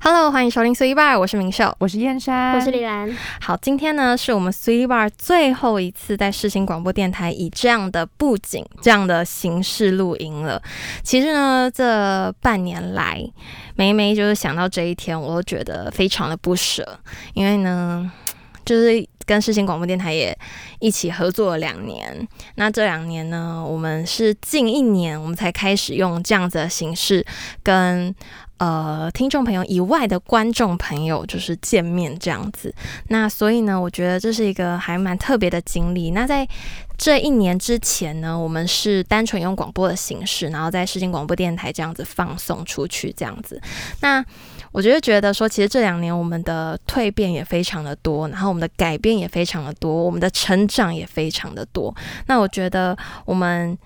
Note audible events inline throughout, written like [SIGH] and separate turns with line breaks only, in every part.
Hello，欢迎收听 Three Bar，我是明秀。
我是燕山，
我
嗯
是李兰，
好，今天呢是我们 Three Bar 最后一次在世新广播电台以这样的布景、这样的形式录音了。其实呢，这半年来，每每就是想到这一天，我都觉得非常的不舍，因为呢，就是跟世新广播电台也一起合作了两年。那这两年呢，我们是近一年我们才开始用这样子的形式跟。呃，听众朋友以外的观众朋友就是见面这样子，那所以呢，我觉得这是一个还蛮特别的经历。那在这一年之前呢，我们是单纯用广播的形式，然后在世新广播电台这样子放送出去，这样子。那我觉得觉得说，其实这两年我们的蜕变也非常的多，然后我们的改变也非常的多，我们的成长也非常的多。那我觉得我们。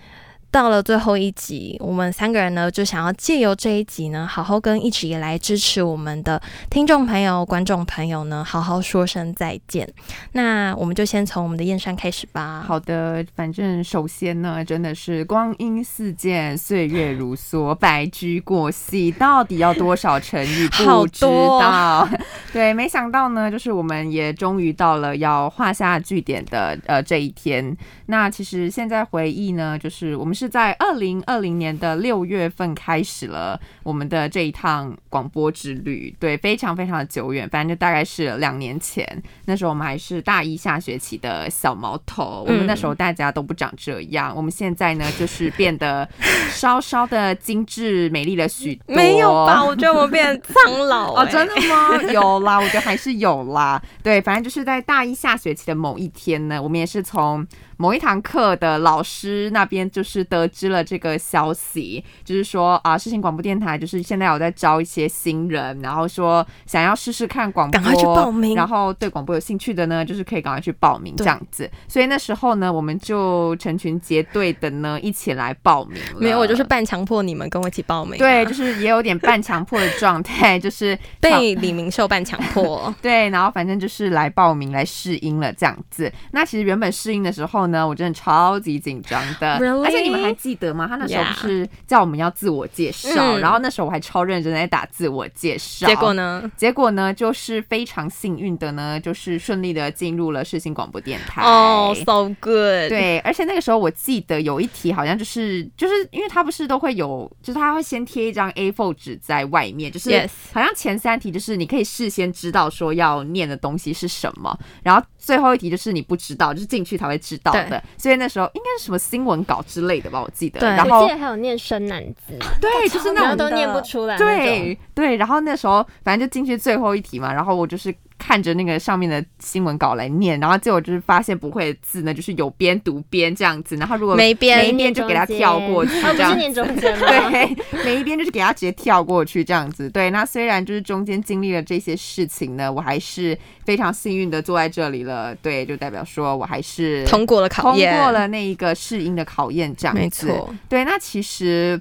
到了最后一集，我们三个人呢就想要借由这一集呢，好好跟一直以来支持我们的听众朋友、观众朋友呢，好好说声再见。那我们就先从我们的燕山开始吧。，
好的，反正首先呢，真的是光阴似箭，岁月如梭，白驹过隙，到底要多少成语
好
[LAUGHS]
不知
多
道？ [LAUGHS] 对，没想到呢，就是我们也终于到了要画下句点的呃这一天。那其实现在回忆呢，就是我们是在二零二零年的六月份开始了我们的这一趟广播之旅，对，非常非常的久远，反正就大概是两年前。那时候我们还是大一下学期的小毛头，我们那时候大家都不长这样，我们现在呢就是变得稍稍的精致美丽了许多。
没有吧？？我觉得我变苍老、 [LAUGHS]
哦，真的吗？有啦，我觉得还是有啦。对，反正就是在大一下学期的某一天呢，我们也是从某一堂课的老师那边就是得知了这个消息，就是说啊，世新广播电台就是现在有在招一些新人，然后说想要试试看广播，
赶快去报名
然后对广播有兴趣的呢，就是可以赶快去报名
对
这样子。所以那时候呢，我们就成群结队的呢一起来报名了。
没有，我就是半强迫你们跟我一起报名，啊
对，就是也有点半强迫的状态， [LAUGHS] 就是
[LAUGHS] 被李明秀半强迫。
对，然后反正就是来报名来试音了这样子。那其实原本试音的时候呢，我真的超级紧张的
Really？
而且你们还记得吗？他那时候
Yeah
不是叫我们要自我介绍
嗯
然后那时候我还超认真地在打自我介绍，
结果呢？
结果呢，就是非常幸运的呢，就是顺利的进入了世新广播电台。
哦、s o good。，
对，而且那个时候我记得有一题好像就是就是因为他不是都会有，就是他会先贴一张 A4 纸在外面，就是
Yes
好像前三题就是你可以事先知道说要念的东西是什么，然后最后一题就是你不知道，就是进去才会知道
对
的。所以那时候应该是什么新闻稿之类的吧，我记得。
对
然
我
后
记得还有念生男子，
对，就是那
然后
种
都
的
念不出来，，
对对，然后那时候反正就进去最后一题嘛，然后我就是看着那个上面的新闻稿来念，然后结果就是发现不会的字呢，就是有边读边这样子，然后如果
没边
没边就给它跳过去这
而哦不是
样。
念中
[LAUGHS]
[LAUGHS]
间吗？
对，每一边就是给它直接跳过去这样子。对，那虽然就是中间经历了这些事情呢，我还是非常幸运的坐在这里了。对，就代表说我还是
通过了考
通
验，
过，了那一个试音的考验，这样子。
没错。
对，那其实。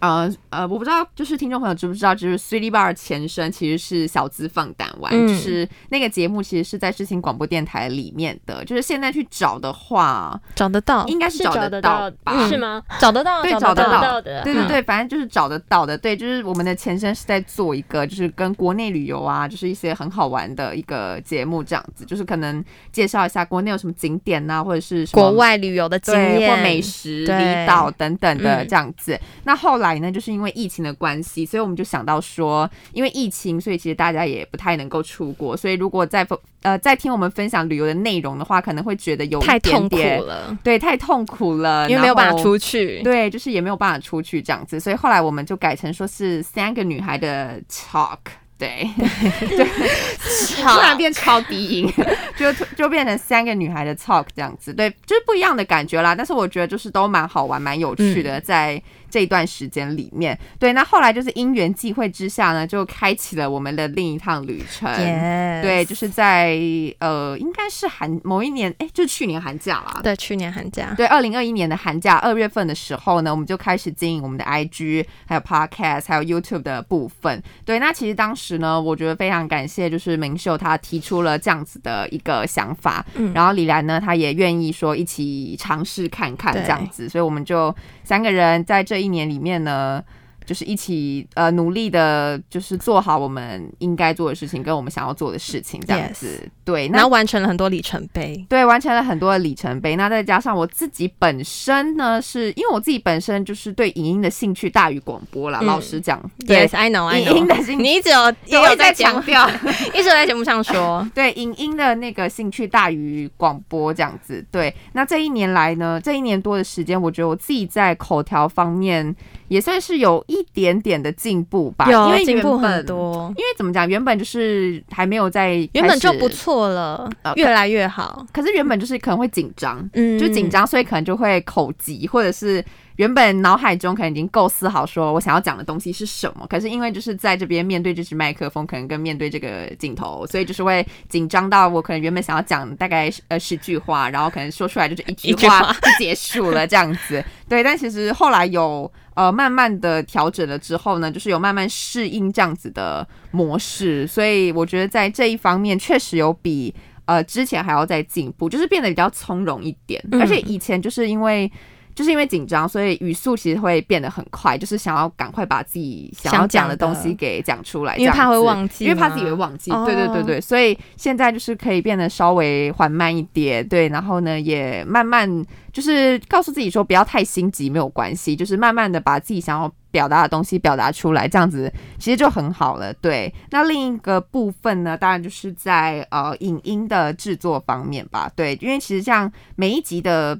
呃呃，我不知道，就是听众朋友知不知道，就是 Three Bar 的前身其实是小资放胆玩，
嗯
就是那个节目其实是在世新广播电台里面的，就是现在去找的话，
哦找得嗯到，
应该
是
找
找
得
得
到
到
吧？
是吗？
找得到，
对
得
找得
找
到
到的，
对
嗯
对对，反正就是找得到的。对，就是我们的前身是在做一个，就是跟国内旅游啊，就是一些很好玩的一个节目这样子，就是可能介绍一下国内有什么景点呐、或者是什么
国外旅游的经
对，
验
或美食、
对
离岛等等的
嗯
这样子。那后来呢，就是因为疫情的关系，所以我们就想到说，因为疫情，所以其实大家也不太能够出国，所以如果在呃在听我们分享旅游的内容的话，可能会觉得有一
太
点
痛苦
点
了，
对，太痛苦了，
因为没有
然
办
后
法出去。
对，就是也没有办法出去这样子，所以后来我们就改成说是三个女孩的 talk。对， [LAUGHS] 突然变超低音， [LAUGHS] 就就变成三个女孩的 talk 这样子，对，就是不一样的感觉啦。但是我觉得就是都蛮好玩、蛮有趣的，在这一段时间里面。对，那后来就是因缘际会之下呢，就开启了我们的另一趟旅程。
Yes
对，就是在呃，应该是寒某一年，哎、就是去年寒假啦。
对，去年寒假，
对，二零二一年的寒假二月份的时候呢，我们就开始经营我们的 IG，还有 Podcast，还有 YouTube 的部分。对，那其实当时呢，我觉得非常感谢，就是明秀他提出了这样子的一个想法，
嗯
然后李兰呢，她也愿意说一起尝试看看这样子，所以我们就三个人在这一年里面呢。就是一起呃努力的，就是做好我们应该做的事情，跟我们想要做的事情这样子。对，
然
那
后完成了很多里程碑。
对，完成了很多的里程碑。那再加上我自己本身呢，是因为我自己本身就是对影音的兴趣大于广播啦。
嗯
老实讲，对
Yes, I know, I
影音
know。
的兴趣，
你一直有
对
也
我
有
一直在
节目
强，调， [LAUGHS]
一直有在节目上说
对影音的那个兴趣大于广播这样子。对，那这一年来呢，这一年多的时间，我觉得我自己在口条方面也算是有一点点的进步吧，因
有
为
进步
原本
很。多，
因为怎么讲，原本就是还没有在开始，
原本就不错了
呃，
越来越好。
可是原本就是可能会紧张，
嗯
就紧。张，所以可能就会口急，或者是原本脑海中可能已经构思好说我想要讲的东西是什么，可是因为就是在这边面对这支麦克风，可能跟面对这个镜头，所以就是会紧张到我可能原本想要讲大概呃十句话，然后可能说出来就是一句
一句
话
话
就结束了这样子。对，但其实后来有呃慢慢的调整了之后呢，就是有慢慢适应这样子的模式，所以我觉得在这一方面确实有比呃之前还要再进步，就是变得比较从容一点，
嗯
而且以前就是因为。就是因为紧张，所以语速其实会变得很快，就是想要赶快把自己想要
想
讲
讲
的
的
东西给讲出来，
因为怕
这样子
会忘记
因为怕自
吗
己会忘记。
哦
对对对对，所以现在就是可以变得稍微缓慢一点，对，然后呢也慢慢就是告诉自己说不要太心急，没有关系，就是慢慢的把自己想要表达的东西表达出来，这样子其实就很好了。对，那另一个部分呢，当然就是在呃影音的制作方面吧。对，因为其实像每一集的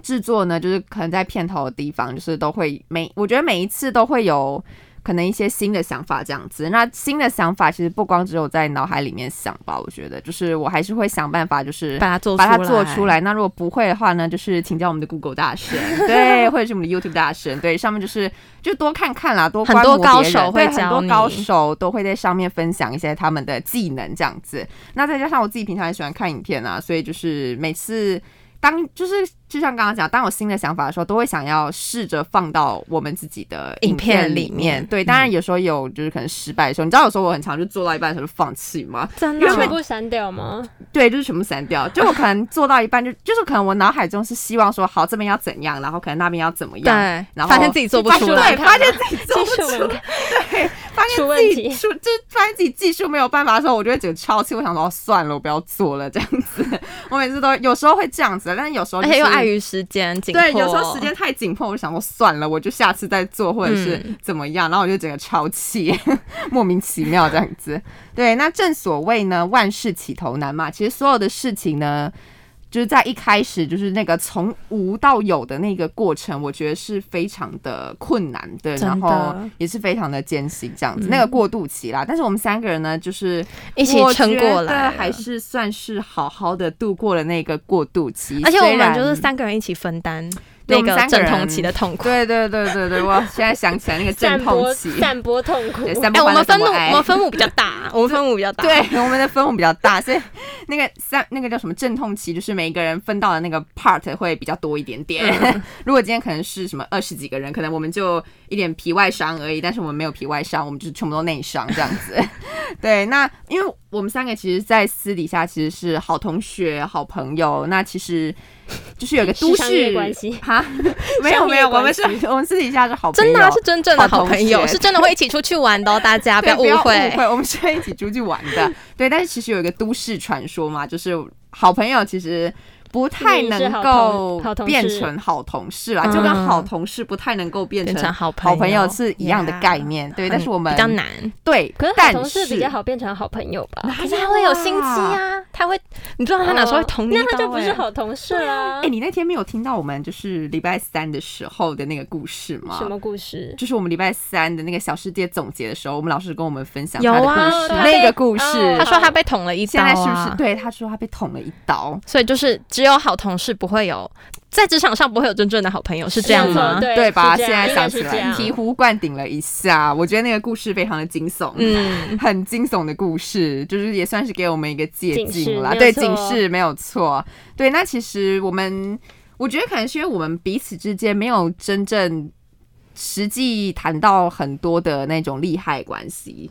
制作呢，就是可能在片头的地方，就是都会每我觉得每一次都会有。可能一些新的想法这样子，那新的想法其实不光只有在脑海里面想吧，我觉得就是我还是会想办法，就是
把它做
把它做出，来。那如果不会的话呢，就是请教我们的 Google 大神，
[LAUGHS]
对，或者是我们的 YouTube 大神，对，上面就是就多看看啦，多
很
观
多
摩
高
别人
手
对
会
很
教
多
你
高手都会在上面分享一些他们的技能这样子。那再加上我自己平常也喜欢看影片啊，所以就是每次。当就是就像刚刚讲，当有新的想法的时候，都会想要试着放到我们自己的
影片
片里
里面嗯
对，当然有时候有就是可能失败的时候，你知道有时候我很常就做到一半的时候就放弃吗？
真
因为
全
的
部删掉吗？
对，就是全部删掉。就我可能做到一半就，就是可能我脑海中是希望说，好这边要怎样，然后可能那边要怎么样，
对，
然后
发现自己做不
发
出
现
来，
对，发现自己做不
技术
出
门
来，
槛
发现自
出问
己
题
出就是发现自己技术没有办法的时候，我就会整个超气，我想说哦算了，我不要做了这样子。我每次都有时候会这样子，但是有时候、
而
就是、
且又碍于时间紧迫，
对，有时候时间太紧迫，我就想说算了，我就下次再做，或者是
嗯
怎么样，然后我就整个超气， [LAUGHS] 莫名其妙这样子。对，那正所谓呢，万事起头难嘛，其实所有的事情呢。就是在一开始，就是那个从无到有的那个过程，我觉得是非常的困难的，
真的嗯
然后也是非常的艰辛，这样子、那个过渡期啦。但是我们三个人呢，就是
一起撑过来
我觉得
了，
还是算是好好的度过了那个过渡期。
而且我
虽然
们就是三个人一起分担
对
那
我们
个
三个
阵
人
痛期的痛苦。哎
对对对对对，我现在想起来那个阵
散
痛
播
期，
散播痛苦
对，散
哎、
播
我
欢乐
们分母，
散播爱
我们分母比较大，我们分母比较大。
对我们的分母比较大，所以那个三那个叫什么阵痛期，就是每一个人分到的那个 part 会比较多一点点。如果今天可能是什么二十几个人，可能我们就一点皮外伤而已，但是我们没有皮外伤，我们就是全部都内伤这样子。对，那因为我们三个其实，在私底下其实是好同学、好朋友。那其实就是有一个都
商业
市
关系
哈，没有没有，我们是
商业关
我们私底下是好朋友，
真的啊、是真正的好朋
好同
友，
学
是真的会一起出去玩的、哦，大家
[LAUGHS] 对
要误
要
会。
我们是一起出去玩的。对，但是其实有一个都市传说嘛，就是好朋友其实。不太
你是
能
好
够
同好同事
变成好同事啦，就跟
嗯
好同事不太能够变
变
成
成好
好
朋
朋友是一样的
yeah
概念。对，但是我们
比较难，
对，
可是好
但
同事比
是
较好变成好朋友吧？
可是他会有心机啊，他会，你不知道他哪时候会捅你一刀、
哦那他就不
哎
是好同事啊
哎、。你那天没有听到我们就是礼拜三的时候的那个故事吗？
什么故事？
就是我们礼拜三的那个小世界总结的时候，我们老师跟我们分享
有
他的故
啊嗯
事，
他
那
被
个故事，
哦
他说他被捅了一刀、
现
啊，
在是不是？对，他说他被捅了一刀。
所以就是只有好同事不会有，在职场上不会有真正的好朋友，是这样吗？
对
对吧？
是
现
这样
在想
应该是
起
这
来，
样
醍醐灌顶了一下。我觉得那个故事非常的惊悚，
嗯，
很惊悚的故事，就是也算是给我们一个借
警示
鉴啦。
没有
对，
错
警示没有错。对，那其实我们，我觉得可能是因为我们彼此之间没有真正实际谈到很多的那种利害关系。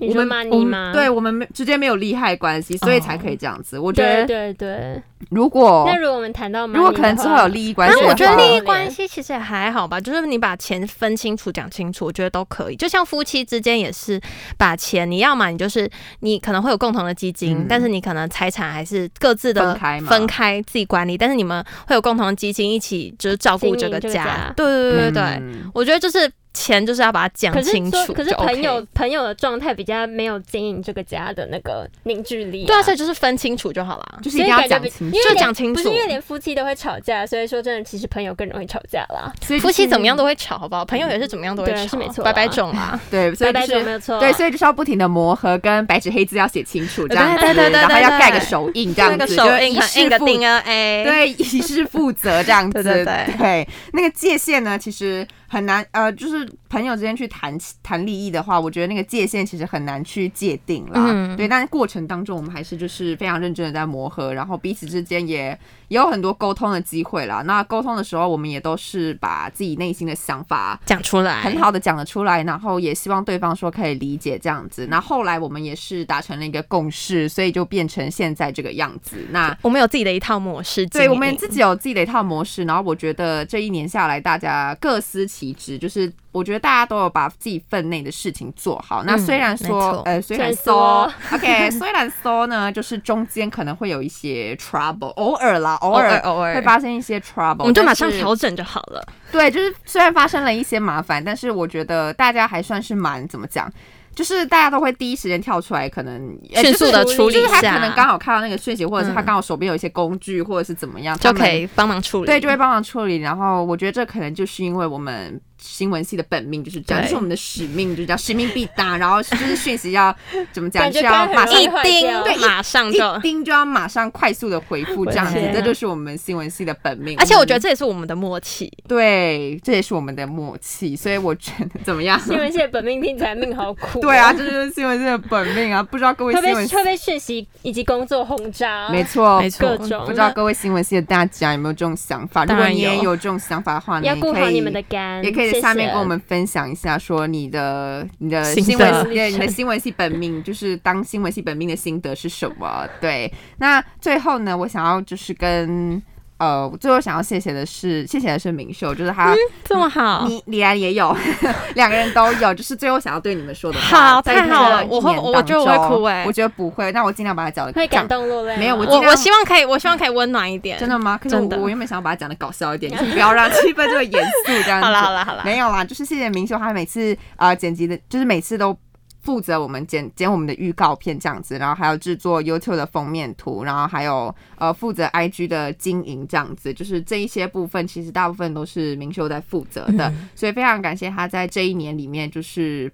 你
我
说
们
骂
我
你
们
吗？
对我们没之间没有利害关系，所以
哦
才可以这样子。我觉
对
得
对对。
如果
那如果我们谈到
如果可能之后有利益关
但
系
是
的话，
我觉得
那
利益关系其实也还好吧，就是你把钱分清楚、讲清楚，我觉得都可以。就像夫妻之间也是，把钱你要嘛，你就是你可能会有共同的基金，
嗯
但是你可能财产还是各自的
分开嘛
分开自己管理，但是你们会有共同的基金一起就是照顾这个
经营这个家
对对对对对，
嗯
我觉得就是钱就是要把它讲
可是
清
说，
楚，
可是
就 OK
朋友朋友的状态比较没有经营这个家的那个凝聚力、
对啊，所
所
以就是分清楚就好了。
就是一
以
定要
感觉
讲
比
清
因
楚
为，
就
连
讲清楚
不是因为连夫妻都会吵架，所以说真的，其实朋友更容易吵架
[LAUGHS]
啦。
所以就
夫妻
是
怎么样都会吵，好不好？朋友也是怎么样都会
对啊
吵，
是没错
拜拜
啦
种
[LAUGHS]
啦。
对，所
拜
以就
拜
是
就没有错，
对，所以就是要不停的磨合，跟白纸黑字要写清楚这
对
样子，
对对对
然后要
对对
盖个手印这样
那
子，
个手
就是
印
一
很印
世
个
负
定啊，哎，
[LAUGHS] 对，以示负责这样子。
[LAUGHS] 对对对
对那个界限呢，其实很难，呃，就是朋友之间去谈谈利益的话，我觉得那个界限其实很难去界定啦。
嗯
对，但是过程当中我们还是就是非常认真的在磨合，然后彼此之间也也有很多沟通的机会啦。那沟通的时候，我们也都是把自己内心的想法
讲出来
很。好的讲得出来，然后也希望对方说可以理解这样子。那后来我们也是达成了一个共识，所以就变成现在这个样子。那
我们有自己的一套模式经营，
对我们自己有自己的一套模式，然后我觉得这一年下来，大家各司其职，就是我觉得大家都有把自己分内的事情做好。那
嗯
虽然
没
说，
错
呃，虽然
虽然
说 [LAUGHS] ，OK，虽然说呢，就是中间可能会有一些 trouble，偶尔啦，偶
偶尔
尔。
偶尔
会，发生一些 trouble，
我们就马
但
上
是
调整就好了。
对，就是虽然发生了一些麻烦，但是我觉得大家还算是蛮怎么讲，就是大家都会第一时间跳出来，可能呃
迅速地
就是
处理
就是他
下
可能刚好看到那个讯息，或者是他
嗯
刚好手边有一些工具，或者是怎么样，
就
他们
可以帮忙处理，
对，就会帮忙处理。然后我觉得这可能就是因为我们新闻系的本命就是这样，
对
就是我们的使命就是这样，使命必达。然后就是讯
[LAUGHS]
息要怎么讲，
感
就
觉
是要
刚
马
很
上
容易
一
坏
盯
掉
对，
马上就。
一盯就要马上快速的回复这样子
我的，天
这
啊
就是我们新闻系的本命。
而且我觉得
们
这也是我们的默契，
对，这也是我们的默契，所以我觉得怎么样？
新闻系的本命听起来命好
[LAUGHS]
苦、哦
对啊，，这就是新闻系的本命啊！不知道各位
会
新
被
闻系，
会被讯息以及工作轰炸，
没错，
没错
各。种
不知道各位新闻系的大家有没有这种想法？如
当
果
然
你也
有
有这种想法的话，
要
你
顾
可
好
以
你们的肝，
也可以在
谢
下面
谢
跟我们分享一下，说你的你的
心得
新闻系对
心
你
得
的新闻系本命，就是当新闻系本命的心得是什么？对，那最后呢，我想要就是跟呃，最后想要谢谢的是，谢谢的是明秀，就是
[LAUGHS]
他，
这么好，
你李安也有， [LAUGHS] 两个人都有，就是最后想要对你们说的话。
好
在
太
这
好了
一
我会
年
我
当
觉得我会
中
哭欸
我觉得不会，那我尽量把它讲的
会感动落泪啊吗。
没有我
我
尽量
我希望可以，我希望可以温暖一点。
真的吗？可是我
真的
我原本想要把它讲的搞
[LAUGHS]
笑一点，就是不要让气氛这么严肃这样子。
好啦好啦好啦，
没有啦，就是谢谢明秀，他每次呃剪辑的，就是每次都负责我们剪剪我们的预告片这样子，然后还有制作 YouTube 的封面图，然后还有呃负责 IG 的经营这样子，就是这一些部分其实大部分都是明秀在负责的，
嗯
所以非常感谢他在这一年里面就是。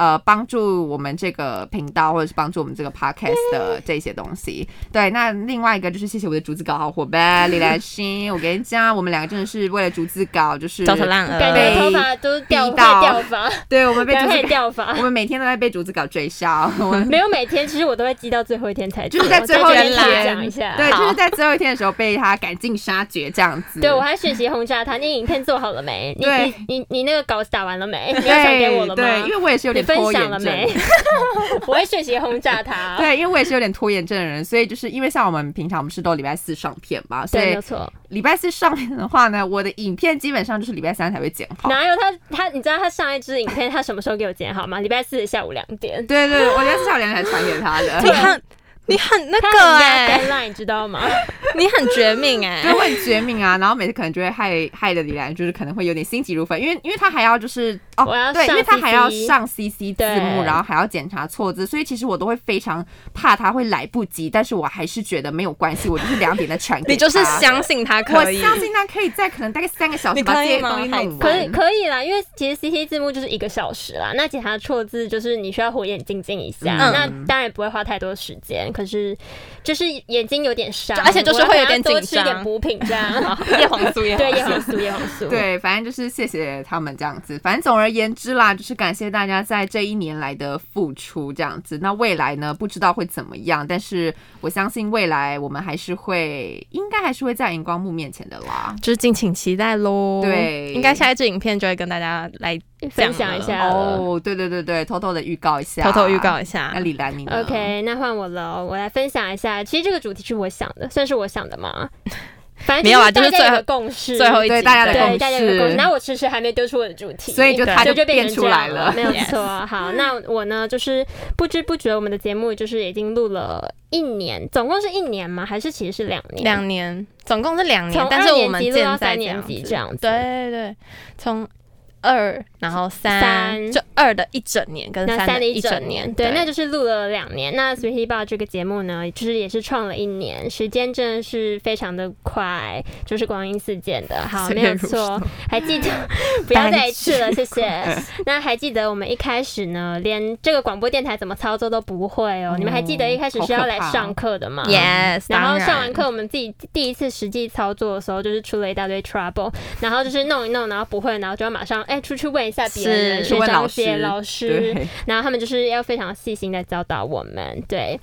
呃，帮助我们这个频道，或者是帮助我们这个 podcast 的这些东西。对，那另外一个就是谢谢我的竹子稿好伙伴李兰心，我跟你讲，我们两个真的是为了竹子稿，就是
焦头烂额，
感
被
觉头发都掉
逼
会
到
掉发，
对，我们 [LAUGHS] 被
感
竹
觉
子稿，
会
[LAUGHS]
掉
我
发。
们每天都在被竹子稿追
[LAUGHS]
杀。哦我们
没有每天，其实我都会积到最后一天才
就是
做
在
我
最后一
这边
天
先讲一下。
对，
好
就是在最后一天的时候被他赶尽杀绝这样子。
对，我还学习轰炸他。你影片做好了没？
嗯
你
对
你你你那个稿打完了没？你
对
要传给我了
对，
吗
因？为我也是有
你
点拖
分享
延
了
症。 [LAUGHS]
没？我会学习轰炸他。
对，因为我也是有点拖延症的人，所以就是因为像我们平常不是都礼拜四上片嘛，所
对，没
以
有错。
礼拜四上片的话呢，我的影片基本上就是礼拜三才会剪好。
哪有他他？你知道他上一支影片他什么时候给我剪好吗？礼拜四下午两点。
对对，对我礼拜四下午两点才传给他的。
[LAUGHS]
你很你很那
他
个
很压
欸
哎，
deadline，你知道吗？
你很绝命哎
[LAUGHS] 就，会很绝命啊，然后每次可能就会害害的李兰，就是可能会有点心急如焚，因为因为他还要就是哦
我要，
对，因
上
为他还要
CC
上 CC 字幕，
对
然后还要检查错字，所以其实我都会非常怕他会来不及，但是我还是觉得没有关系，我就是两点再传
[LAUGHS]
给
你就是
他
相信他
我
可以，
相信他可以在可能大概三个小时
你
把
可
这
以
些
吗
东西
孩
弄
子
完
可以。可以啦，因为其实 C T 字幕就是一个小时啦，那检查错字就是你需要火眼金睛一下，
嗯
那当然不会花太多时间，可是就是眼睛有点伤，
而且就是会有点
我要给他多
紧
吃
张
一点补品这样。
[LAUGHS] 叶黄素也
对，叶黄素，叶黄素。，
对，反正就是谢谢他们这样子。反正总而言之啦，就是感谢大家在这一年来的付出这样子。那未来呢，不知道会怎么样，但是我相信未来我们还是会，应该还是会在荧光幕面前的啦。
就是敬请期待喽。
对
应该下一支影片就会跟大家来
分享
啊
一下了。
哦，对对对对，偷偷的预告一下，
偷偷预告一下
那。李兰你呢
OK，那换我了哦，我来分享一下。其实这个主题是我想的，算是我想的
[LAUGHS]
嘛。反正
没有啊就是
大家
最
有
后
个共识，
最后一
对
集
大家的共
对
识
大家有个共识。那我迟迟还没丢出我的主题，
所以就它
就
就
变成
变出
这样
来
了，
了
没有错。好，那我呢，就是不知不觉我们的节目就是已经录了一年，总共是一年吗？还是其实是两年？
两年，总共是两
从
年，但是
二年
我们
级
现
录到
在
三
这
年
样
级
子
这样子
对对，从二然后三，
三
就二的一整年跟
那
三
三
的
的
一
一
整
整
年，
年，对，那就是录了两年。那 s w e e t i e Bar 这个节目呢，就是也是创了一年，时间真的是非常的快，就是光阴似箭的。好，
岁
没
月
有
如
错
梭，
还记
[LAUGHS]
得，不要再一次了，
搬
谢谢。 [LAUGHS] 那还记得我们一开始呢，连这个广播电台怎么操作都不会哦。你们还记得一开始是要来上课的吗？
哦 yes，
嗯然后
当
上完课，我们自己第一次实际操作的时候，就是出了一大堆 trouble，然后就是弄一弄，然后不会，然后就要马上哎、出去问一下别人，
是
去
学
问
长
老
姐
师，
老师，
[LAUGHS]
对
然后他们就是要非常细心的教导我们，对。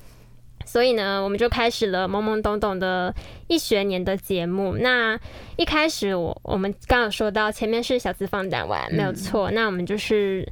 所以呢，我们就开始了懵懵懂懂的一学年的节目。那一开始我我们刚刚有说到，前面是小资放胆玩，没有
嗯
错。那我们就是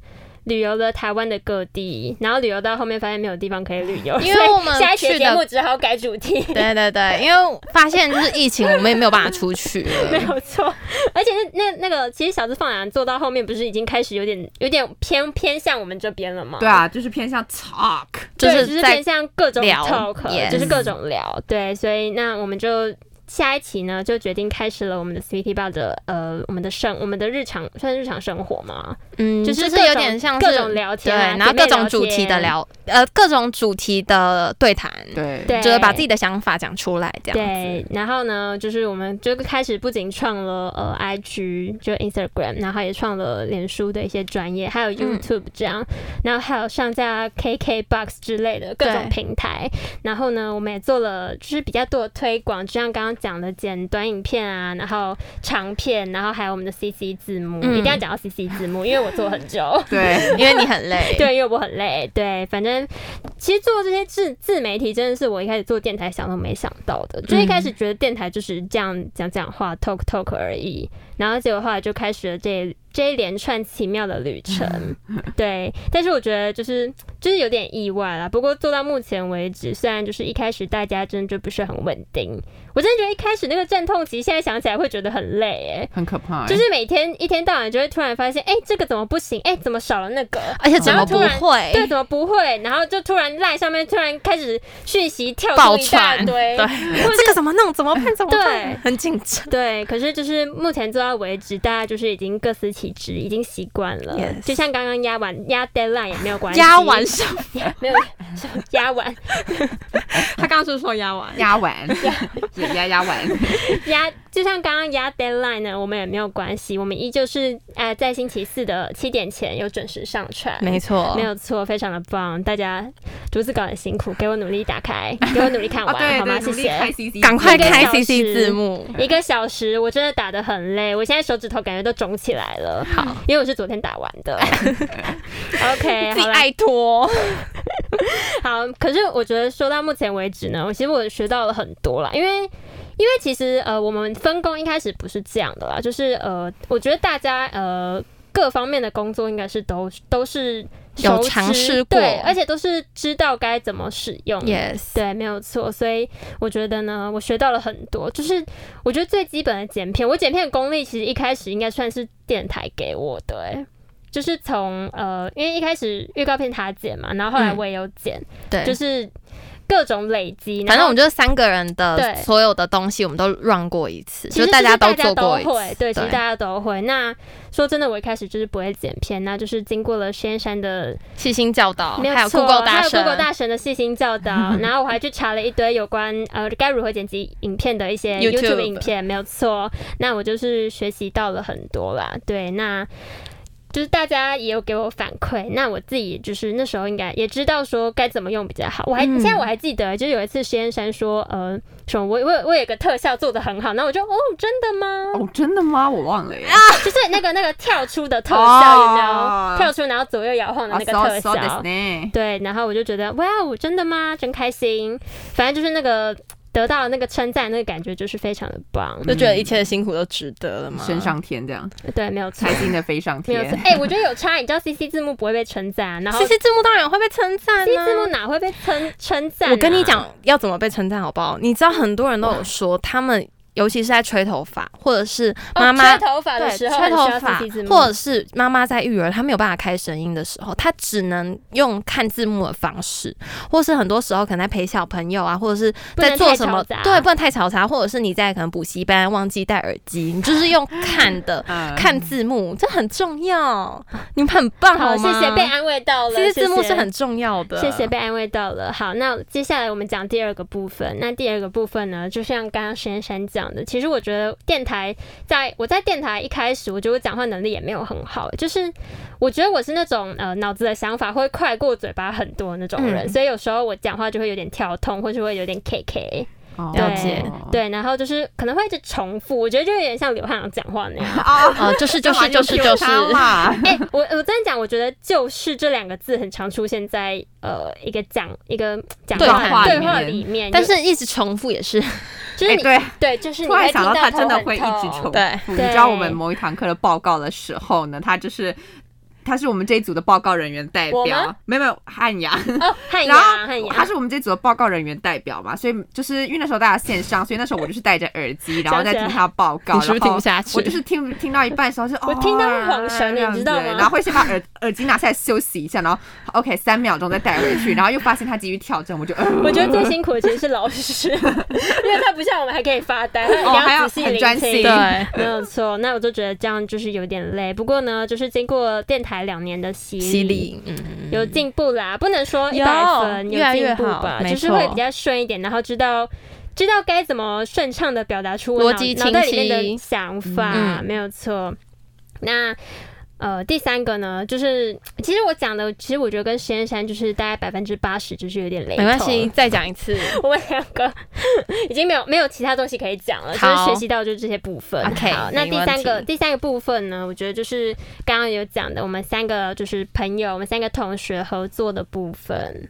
旅游了台湾的各地，然后旅游到后面发现没有地方可以旅
[LAUGHS]
游，
因为
所以
我们
下一期
去
的
的
节目只好改主
[LAUGHS]
题。
对对对，因为发现就是疫情，我们也没有办法出去
没
了。
有错，而且那那那个，其实小资放羊做到后面，不是已经开始有点有点偏偏向我们这边了吗？
对，啊，就是偏向 talk，
就
对
是
就是
在
偏向各种
聊
talk，
，yes
就是各种聊。对，所以那我们就下一期呢，就决定开始了我们的 Sweetie Bar 的呃，我们的生我们的日常算是日常生活嘛，
嗯，
就
就是是
各
有
种
点像是
各种聊天啊
对，然后
姐妹
各种主
聊
题的
天
聊，呃，各种主题的对谈，
对
对，
就是把自己的想法讲出来，这样
对
子。，
然后呢，就是我们就开始不仅创了呃 IG 就 Instagram，然后也创了脸书的一些专业，还
嗯
有 YouTube 这样，然后还有上架 KKBox 之类的各种
对
平台。然后呢，我们也做了就是比较多的推广，就像刚刚讲的剪短影片啊，然后长片，然后还有我们的 CC 字幕，
嗯
一定要讲到 CC 字幕，因为我做很久。
对，
因为你很累，
[LAUGHS] 对，因为我很累。对，反正其实做这些自自媒体真的是我一开始做电台想都没想到的，就一开始觉得电台就是这样讲讲话、talk talk 而已，然后结果后来就开始了这这一连串奇妙的旅程。对，但是我觉得就是就是有点意外啦。不过做到目前为止，虽然就是一开始大家真的就不是很稳定，我真的觉得一开始那个阵痛期，现在想起来会觉得很累哎、
很可怕欸，
就是每天一天到晚就会突然发现，哎、这个怎么不行？哎、怎么少了那个？
而且怎
然
么
后
不
突然
会？
对，怎么不会？然后就突然赖上面突然开始讯息跳
爆
出一大
串
堆，
对， [LAUGHS] 这个怎么弄？怎么办？怎么办
对？
很紧张。
对，可是就是目前做到为止，大家就是已经各司其职，已经习惯了。
Yes
就像刚刚压完压 deadline 也没有关系，
压完什么？
[LAUGHS] 没有什么压完，
[LAUGHS] 他刚刚是说压完
压完，也压压完，
[LAUGHS] 压就像刚刚压 deadline 呢，我们也没有关系，我们依旧是呃在星期四的七点前有准时上传。
没错，
哦
没有错，非常的棒！大家竹子稿很辛苦，给我努力打
[LAUGHS]
开，给我努力看
哦
完，
对
好吗？
对，
谢
努力
谢。
开 CC，
赶快
一个
开
小
CC
时
字幕。
一个小时，我真的打得很累，我现在手指头感觉都肿起来了。好，因为我是昨天打完
[LAUGHS]
的。OK，
自己
好啦
爱拖，
好。可是我觉得说到目前为止呢，我其实我学到了很多啦，因为。因为其实呃，我们分工一开始不是这样的啦，就是呃，我觉得大家呃各方面的工作应该是都都是
有
熟知
尝试过
对，而且都是知道该怎么使用
yes，
对，没有错。所以我觉得呢，我学到了很多，就是我觉得最基本的剪片，我剪片的功力其实一开始应该算是电台给我的、欸，就是从呃，因为一开始预告片他剪嘛，然后后来
嗯
我也有剪，
对，
就是各种累积，
反正我
们
们就是三个人的
对
所有的东西，我们都 run 过一次，
其实
就
大
家
都
做过一
会
次，
对，其实大家都会。那说真的，我一开始就是不会剪片，那就是经过了仙山的
细心教导，
没
还有
错，
Google 大
还有
神
Google 大神的细心教
[LAUGHS]
导，然后我还去查了一堆有关呃该如何剪辑影片的一些
YouTube
YouTube 影片，没有错。那我就是学习到了很多啦，对，那。就是大家也有给我反馈，那我自己就是那时候应该也知道说该怎么用比较好。我还、
嗯
现在我还记得，就是有一次实验山说，呃，什么我我有我有个特效做的很好，那我就哦真的吗？
哦，真的吗？我忘了耶，
就是那个那个跳出的特效，有没
哦
有？跳出然后左右摇晃的
啊
那个
哦
特
，so so
效
哎 this，呢，
对，然后我就觉得哇，哦，真的吗？真开心。反正就是那个得到了那个称赞，那个感觉就是非常的棒。
就觉得一切的辛苦都值得了嘛。
升上天这样，
对，没有错
开，心的飞上
没有错
天。。
哎、我觉得有差，你知道 CC 字幕不会被称赞，然后
谢
CC
谢字幕当然会被称赞、啊，
字幕哪会被称称赞、啊
我跟你，讲要怎么被称赞好不好？你知道很多人都有说，他们尤其是在吹头发，或者是妈妈、
哦、吹头发的
对
时
吹
候很需
头
要
发
CC 字，幕，
或者是妈妈在育儿，她没有办法开声音的时候，她只能用看字幕的方式，或是很多时候可能在陪小朋友啊，或者是在做什么
不能太嘈杂
对，不能太嘈杂，或者是你在可能补习班忘记戴耳机，你就是用看
[LAUGHS]
的
嗯
看字幕，这很重要，你们很棒
好，谢
吗？
谢被安慰到了，
这些字幕
谢
是很重要的，
谢
[LAUGHS]
谢被安慰到了。好，那接下来我们讲第二个部分。那第二个部分呢，就像刚刚先生讲的，其实我觉得电台在我在电台一开始，我觉得我讲话能力也没有很好，就是我觉得我是那种呃脑子的想法会快过嘴巴很多那种人，
嗯
所以有时候我讲话就会有点跳痛，或是会有点 K K，
哦
了解
对，然后就是可能会一直重复，我觉得就有点像刘汉阳讲话那
[LAUGHS]
样。
哦，
哦，就是就
干嘛
是就是
用
就是，
它啦
哎、我我真的讲，我觉得“就是”这两个字很常出现在呃一个讲一个讲
对
话
话
对
里
话
面
里面，
[LAUGHS] 但
就是
一直重复也是
就是
哎
你、
对，
嗯
对，就是你
突然
会
想
听
到他
头
真的
很
会一直
痛
重复。
对
你
对
知道我们某一堂课的报告的时候呢，他就是他是我们这一组的报告人员代
我吗
表，没有没有汉阳。
哦，汉
然
阳汉
后他
阳，
是我们这组的报告人员代表嘛，所以就是因为那时候大家线上，所以那时候我就是戴着耳机，然后在听他报告，
你是不是
然
听
后
不下去？
我就是听 [LAUGHS] 听到一半的时候就，哦
我听到会晃神
这样
你知道吗
子然后会先把耳 [LAUGHS] 耳机拿下来休息一下，然后 OK 三秒钟再戴回去，然后又发现他继续跳针，我就呃，
[LAUGHS] 我觉得最辛苦的其实是老 [LAUGHS] 师，因为他不像我们还可以发呆，他一
哦
定
还要
仔细
很
聆
专
听
心
对，
没有错，那我就觉得这样就是有点累。不过呢，就是经过电台两年的洗
犀利，嗯，
有进步啦，不能说一
有
百分，
越来
有进
越
步
好
吧，
没
就是
错
会比较顺一点，然后知道知道该怎么顺畅的表达出我
逻
脑
辑
脑袋里
清
面的
晰
想法，
嗯
没有错。那呃，第三个呢，就是其实我讲的，其实我觉得跟实验山就是大概百分之八十，就是有点雷。
没关系，，再讲一次。
[LAUGHS] 我们两个已经没有没有其他东西可以讲了，就是
好
学习到就是这些部分。
OK，
好，那
没
第
问
三个
题
第三个部分呢，我觉得就是刚刚有讲的，我们三个就是朋友，我们三个同学合作的部分。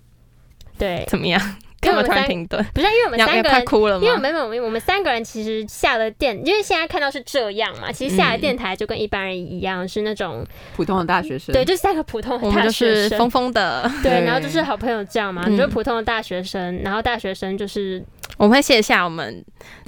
对，
怎么
[LAUGHS]
样？
因为
干嘛
我们
突然
三
停顿？
不是因为我们
要
三
要
个
快
人。
哭了
因为我
吗？
们我们我们三个人其实下了电，因为现在看到是这样嘛，其
嗯
实下了电台就跟一般人一样，是那种
普通的大学生，
对，就是三个普通
我
的
们
大
就
学
是
生，
疯疯的，
对，
对
然后就是好朋友这样嘛，
嗯
就是普通的大学生，然后大学生就是
我们会卸下我们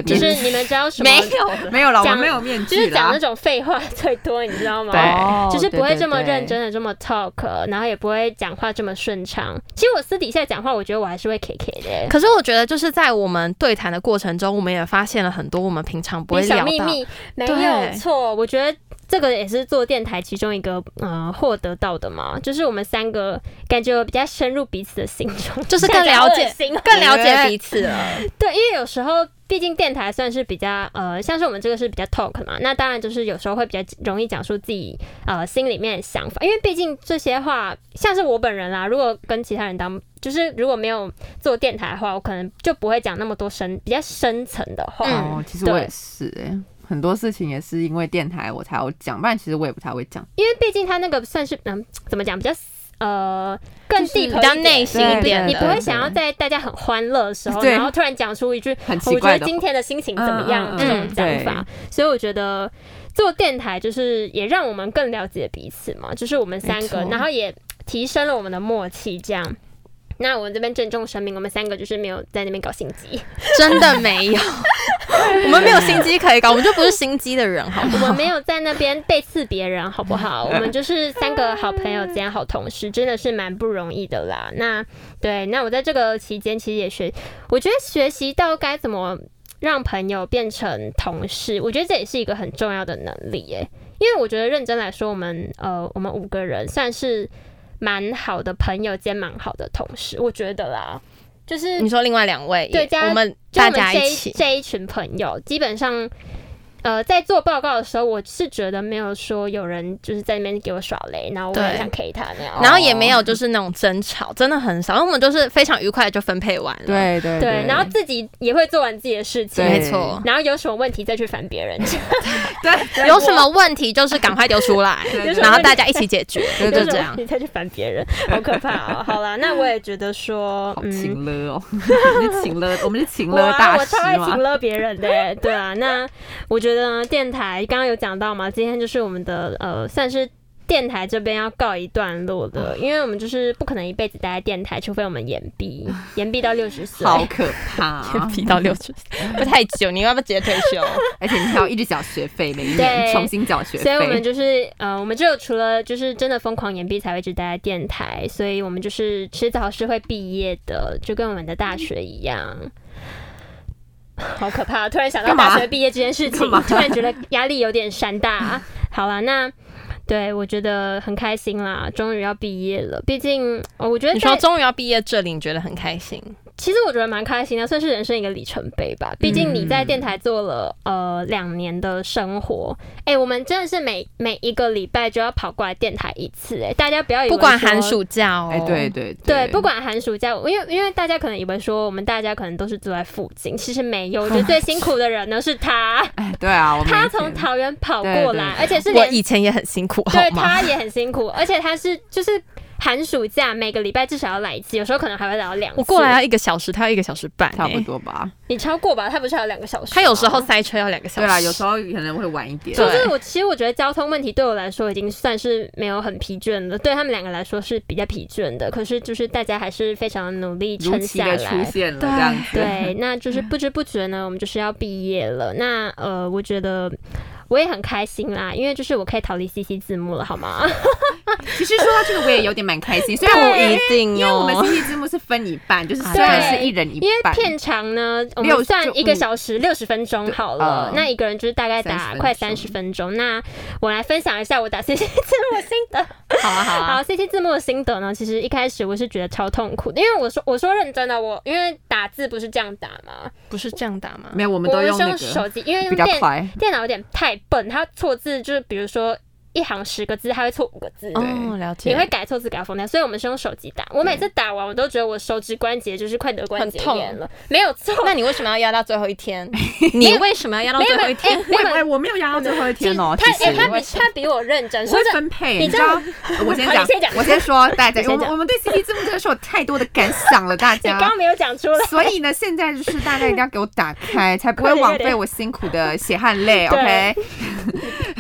就是你们知道什么
没
有
没有啦，我
讲
们没有面
就是
具
讲
啦
那，种废话最多，你知道吗？
对
哦
就是不会
对
这么
对对哦
认真的这么 talk，然后也不会讲话这么顺畅。其实我私底下讲话，我觉得我还是会 K K 的，
可是我觉得，就是在我们对谈的过程中，我们也发现了很多我们平常不会
比小
聊
秘
到。
密没
对
有错。我觉得这个也是做电台其中一个呃获得到的嘛，就是我们三个感觉比较深入彼此的心中，
就是更了解
看起来好恶心哦
更了解彼此了，
对，因为有时候毕竟电台算是比较呃，像是我们这个是比较 talk 嘛，那当然就是有时候会比较容易讲述自己呃心里面的想法，因为毕竟这些话，像是我本人啦，如果跟其他人当。就是如果没有做电台的话，我可能就不会讲那么多深、比较深层的话。
嗯
哦，其实我
对
也是哎、很多事情也是因为电台我才有讲，不然其实我也不太会讲。
因为毕竟他那个算是嗯，怎么讲，比较呃更
就是
deep
比较
一点
内心一
对
点
对
你
的
不会想要在大家很欢乐的时候，
对
然后突然讲出一句
很
我
奇
觉
怪
得
的
今天的心情怎么样
嗯嗯嗯
这种讲
嗯
法，所以我觉得做电台就是也让我们更了解彼此嘛，就是我们三个
没，错
然后也提升了我们的默契，这样。那我们这边郑重声明，我们三个就是没有在那边搞心机，
真的没
[LAUGHS]
有，我们没有心机可以搞，我们就不是心机的人，好吗？
我们没有在那边背刺别人，好不好？我们就是三个好朋友兼好同事，真的是蛮不容易的啦。那对，那我在这个期间其实也学，我觉得学习到该怎么让朋友变成同事，我觉得这也是一个很重要的能力耶。因为我觉得认真来说，我们呃，我们五个人算是蛮好的朋友兼蛮好的同事，我觉得啦，就是
你说另外两位也，
对加
我们
就
大
我们
家
这
一
一
起，
这一群朋友，基本上呃，在做报告的时候，我是觉得没有说有人就是在那边给我耍雷，然后我
对
很想 K 他那样。
然后也没有就是那种争吵，真的很少，因为我们就是非常愉快地就分配完了。，
对对
对，然后自己也会做完自己的事情，
没错。
然后有什么问题再去烦别人，
对
有什么问题就是赶快丢出来
对对，对
然后大家一起解决，
对
就
对
是这样。
你再去烦别人，好可怕哦。好啦，那我也觉得说，
好
嗯，
情勒哦， [LAUGHS] 你是情勒，我们是情勒大
我
师
超爱
嘛
请？了别人的耶，对啊。那我觉得呢电台刚刚有讲到嘛，今天就是我们的呃，算是。电台这边要告一段落
啊
的，因为我们就是不可能一辈子待在电台，除非我们延毕，延毕到六十岁。
好可怕
[LAUGHS]
啊！
[LAUGHS] 提到六十，不太久，你要不要直接退 [LAUGHS] 休？
而且你还要一直缴学费，每一
对
年重新缴学
所以我们
费。
就是呃，我们只有除了就是真的疯狂延毕才会一直待在电台，所以我们就是迟早是会毕业的，就跟我们的大学一
[LAUGHS]
样。好可怕！突然想到
干嘛
大学毕业这件事情
干嘛，
突然觉得压力有点山大。好啦，那对我觉得很开心啦，终于要毕业了。毕竟、哦我觉得
你说
在
终于要毕业这里，你觉得很开心？
其实我觉得蛮开心的，算是人生一个里程碑
嗯
吧。毕竟你在电台做了、呃两年的生活，哎、我们真的是每每一个礼拜就要跑过来电台一次、哎，大家不要以为
不管
说
寒。暑假哦，
哎，对对
对，不管寒暑假，因为因为大家可能以为说我们大家可能都是住在附近，其实没
[LAUGHS]
有。我觉得最辛苦的人呢是他，
哎，对啊，我们
他
以前
从桃园跑
对
过
对
来，
对
而且是
我
连
以前也很辛苦，好
对
吗？
他也很辛苦，而且他是就是寒暑假每个礼拜至少要来一次，有时候可能还会来到两次。
我过来啊要一个小时，他要一个小时半、
差不
哎
多吧。
你超过吧？他不是还有两个小时吗？
他有时候塞车要两个小时。
对啦，啊有时候可能会晚一点。
对
就是我其实我觉得交通问题对我来说已经算是没有很疲倦的，对他们两个来说是比较疲倦的。可是就是大家还是非常努力
如
撑
期
下
的出
来。
现了这样子。
对，那就是不知不觉呢，我们就是要毕业了。那呃，我觉得我也很开心啦，因为就是我可以逃离 CC 字幕了，好吗？
其实说到这个，我也有点蛮开心，虽然
不
我
一定
因为我们
哦。
星期字幕是分一半，就是
啊
虽然
对
是一人一
因为
半，
片长呢，我
六
们
就
算一个
嗯
小时六十分钟好了
呃，
那一个人就是大概
30
打
分
快
钟
三十分钟。那我来分享一下我打 CC 字幕心得。
好啊好啊，
好，C C 字幕的心得呢？其实一开始我是觉得超痛苦的，因为我说我说认真的，我因为打字不是这样打嘛，
不是这样打吗？
没有，我
我
们都
是
用那
手
个
机，因为
比
用
较
电
快，
电脑有点太笨，它错字就是比如说一行十个字，它会错五个字。
哦，了解。
你会改错字，给它封掉，所以我们是用手机打。我每次打完，我都觉得我手指关节就是快得关节
很痛
炎了，没有错。
那你为什么要压到最后一 [LAUGHS] 天？你为什么要压到最后一天？
没
我
有
哎，我没有压到最后一天哦，
他
其
哎、
实
他比他比我认真，
我
说
会
这
分啊配，
你
你知
[LAUGHS]
道？我先
好
讲
你先讲，
我先说大家，
你
我
先讲
们我们对 CP 字幕这个是有太多的感想了，大
[LAUGHS] 你
家
刚。刚没有讲出来。
所以呢，现在就是大家一定要给我打开，才不会
快点
枉
快
费
点
我辛苦的血汗
[LAUGHS]
泪。
对
OK，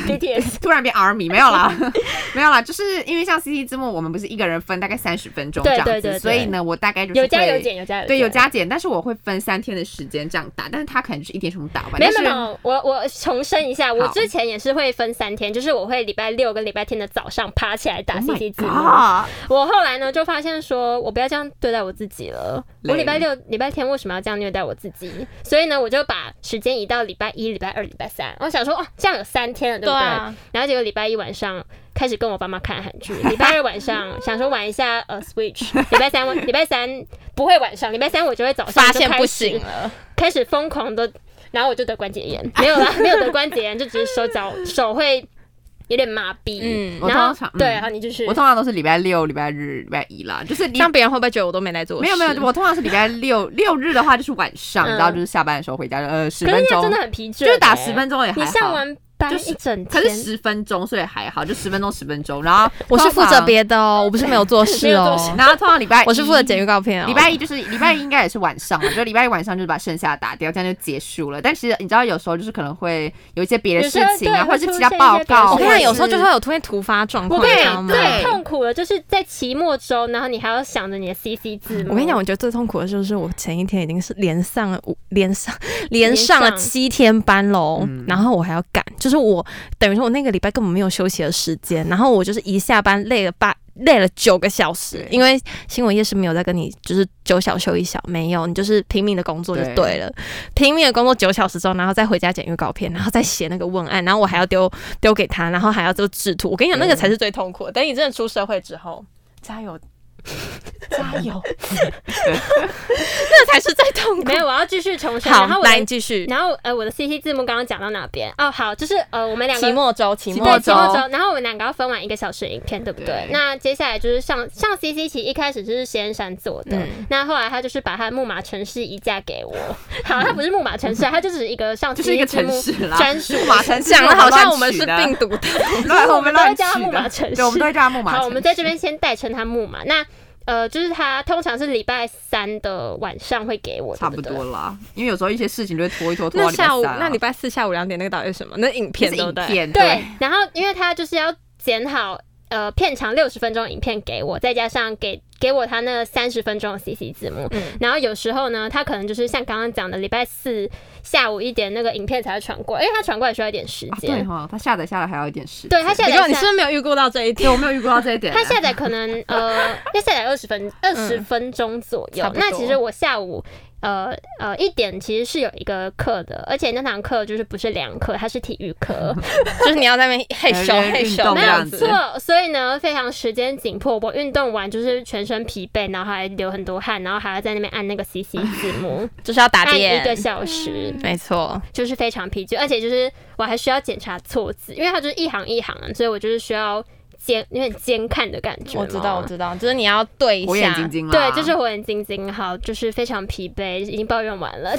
BTS
突然变 army 没有啦，
[LAUGHS]
没有啦，就是因为像 C C 字幕，我们不是一个人分大概三十分钟这
对
样子，
对对对
所以呢，我大概就是
有加
会
有减，有加有减，
对，有加减，但是我会分三天的时间这样打，但是他可能就是一点全部打完。
没有
但
没
是
有没有，我我重申一下，我
好
之前也是会分三天，就是我会礼拜六跟礼拜天的早上爬起来打
Oh
C
my
C 字幕。
God，
我后来呢就发现说，我不要这样对待我自己了。
累
我礼拜六、礼拜天为什么要这样虐待我自己？所以呢，我就把时间移到礼拜一、礼拜二、礼拜三。我想说，哦，这样有三天了，对不
对
对？
啊
然后结果礼拜一晚上。开始跟我爸妈看韩
[LAUGHS]
剧，礼拜二晚上想说玩一下呃 Switch，礼拜三礼拜三不会晚上，礼拜三我就会早上
哎发
就
现
开
不
始
行了，
开始疯狂的，然后我就得关节炎， [LAUGHS] 没有啦，没有得关节炎，就只是
[LAUGHS]
手脚手会有点麻痹。
嗯
我
然后
通常嗯
对，然后你就是
我通常都是礼拜六、礼拜日、礼拜一啦，就是
这
礼
样别人会不会觉得我都没来做事？
没有没有，我通常是礼拜六 [LAUGHS] 六日的话就是晚上，
嗯
你知道，就是下班的时候回家，呃，十
可是
分
那样
钟
真的很疲倦、
就是打
欸
十，分钟也还
你
好，
上完班
就是
一整天，
可是十分钟，所以还好，就十分钟十分钟。然后
我是负责别
别，
的哦，我不是没有做事
[LAUGHS]
没有做
哦
事，
然后通常礼拜一
我是负责剪预告片哦。
礼拜一就是礼拜一应该也是晚上嘛，就礼拜一晚上就是把剩下的打掉，这样就结束了。但其实你知道，有时候就是可能会有一些别的事情啊，
有时候对
或者是其他报告，
我跟你
或者
会出现一些别的事
讲，
是
有时候就会有突然突发状况，
我
你
跟你
知道吗？
最痛苦的就是在期末周，然后你还要想着你的 CC 字母。
我跟你讲，我觉得最痛苦的就是我前一天已经是连上了五连上连上了
连上
七天班喽，
嗯
然后我还要赶，就是我等于说我那个礼拜根本没有休息的时间，然后我就是一下班累了八累了九个小时
对，
因为新闻夜市没有在跟你就是九小休一小，没有，你就是拼命的工作就
对
对了，拼命的工作九小时之后，然后再回家剪预告片，然后再写那个问案，然后我还要丢丢给他，然后还要做制图，我跟你讲，那个
对
才是最痛苦的，等你真的出社会之后，加油。
加油！
这才是最痛苦
没。有，我要继续重申。
好
然后，我
来你
的，
继续。
然后呃，我的 CC 字幕刚刚讲到哪边？哦，好，就是呃，我们两个
期末周，期末
对，
周
期，末周，然后我们两个要分完一个小时的影片，对不对？
对
那接下来就是上上 C C 其实一开始就是仙山做的，
嗯
那后来他就是把他的木马城市移嫁给我。 [LAUGHS] 好，他不是木马城市啊，他就只是一个上
就是一个
CC 字
城
幕
市啦
专属
木马城市
讲的好啊像我
乱
们
取
是
的
病毒 [LAUGHS] 的。
对，我们
都会
乱
叫它
取
木马
的
城市
对，我们都会叫它木马城市。
好，我们在这边先代称他木马。那呃，就是他通常是礼拜三的晚上会给我，
差不
对
多
对。
啦，因为有时候一些事情就会拖一拖，
那
拖到礼拜
下午，
三啊
那礼拜四下午两点那个到底是什么？那影
就
片
是
对不对
影？片
对，然后因为他就是要剪好呃片长六十分钟的影片给我，再加上给给我他那三十分钟的 CC 字幕，
嗯
然后有时候呢，他可能就是像刚刚讲的，礼拜四下午一点那个影片才会传过来，因为他传过来需要一点时
啊对
哦
间。
哈，他下载下来还要一点时间。
对他下
你告
载
你是
下
不是没有预估到这一
对，
天？
[LAUGHS] 我没有预估到这一点啊。
他下载可能
[LAUGHS]
呃要下载二十分二十分钟左右
差。不多
那其实我下午呃呃一点其实是有一个课的，而且那堂课就是不是良课，它是体育
[LAUGHS]
课，
[LAUGHS] 就是你要在那边嘿 [LAUGHS] 咻
有人
嘿
运
咻那
动
没
这
有
样
样
子
子。
错。所以呢，非常时间紧迫，我运动完就是全身疲惫，然后还流很多汗，然后还要在那边按那个 CC 字
[LAUGHS]
幕，
就是要打
按一个
电，
小时。
没错，
就是非常疲倦，而且就是我还需要检查错字，因为它就是一行一行的，所以我就是需要监有点监看的感觉
我
嘛。
知道，我知道，就是你要对一
火眼
下，
金睛啦。啊
对，就是火眼金睛，好，就是非常疲惫，已经抱怨完了，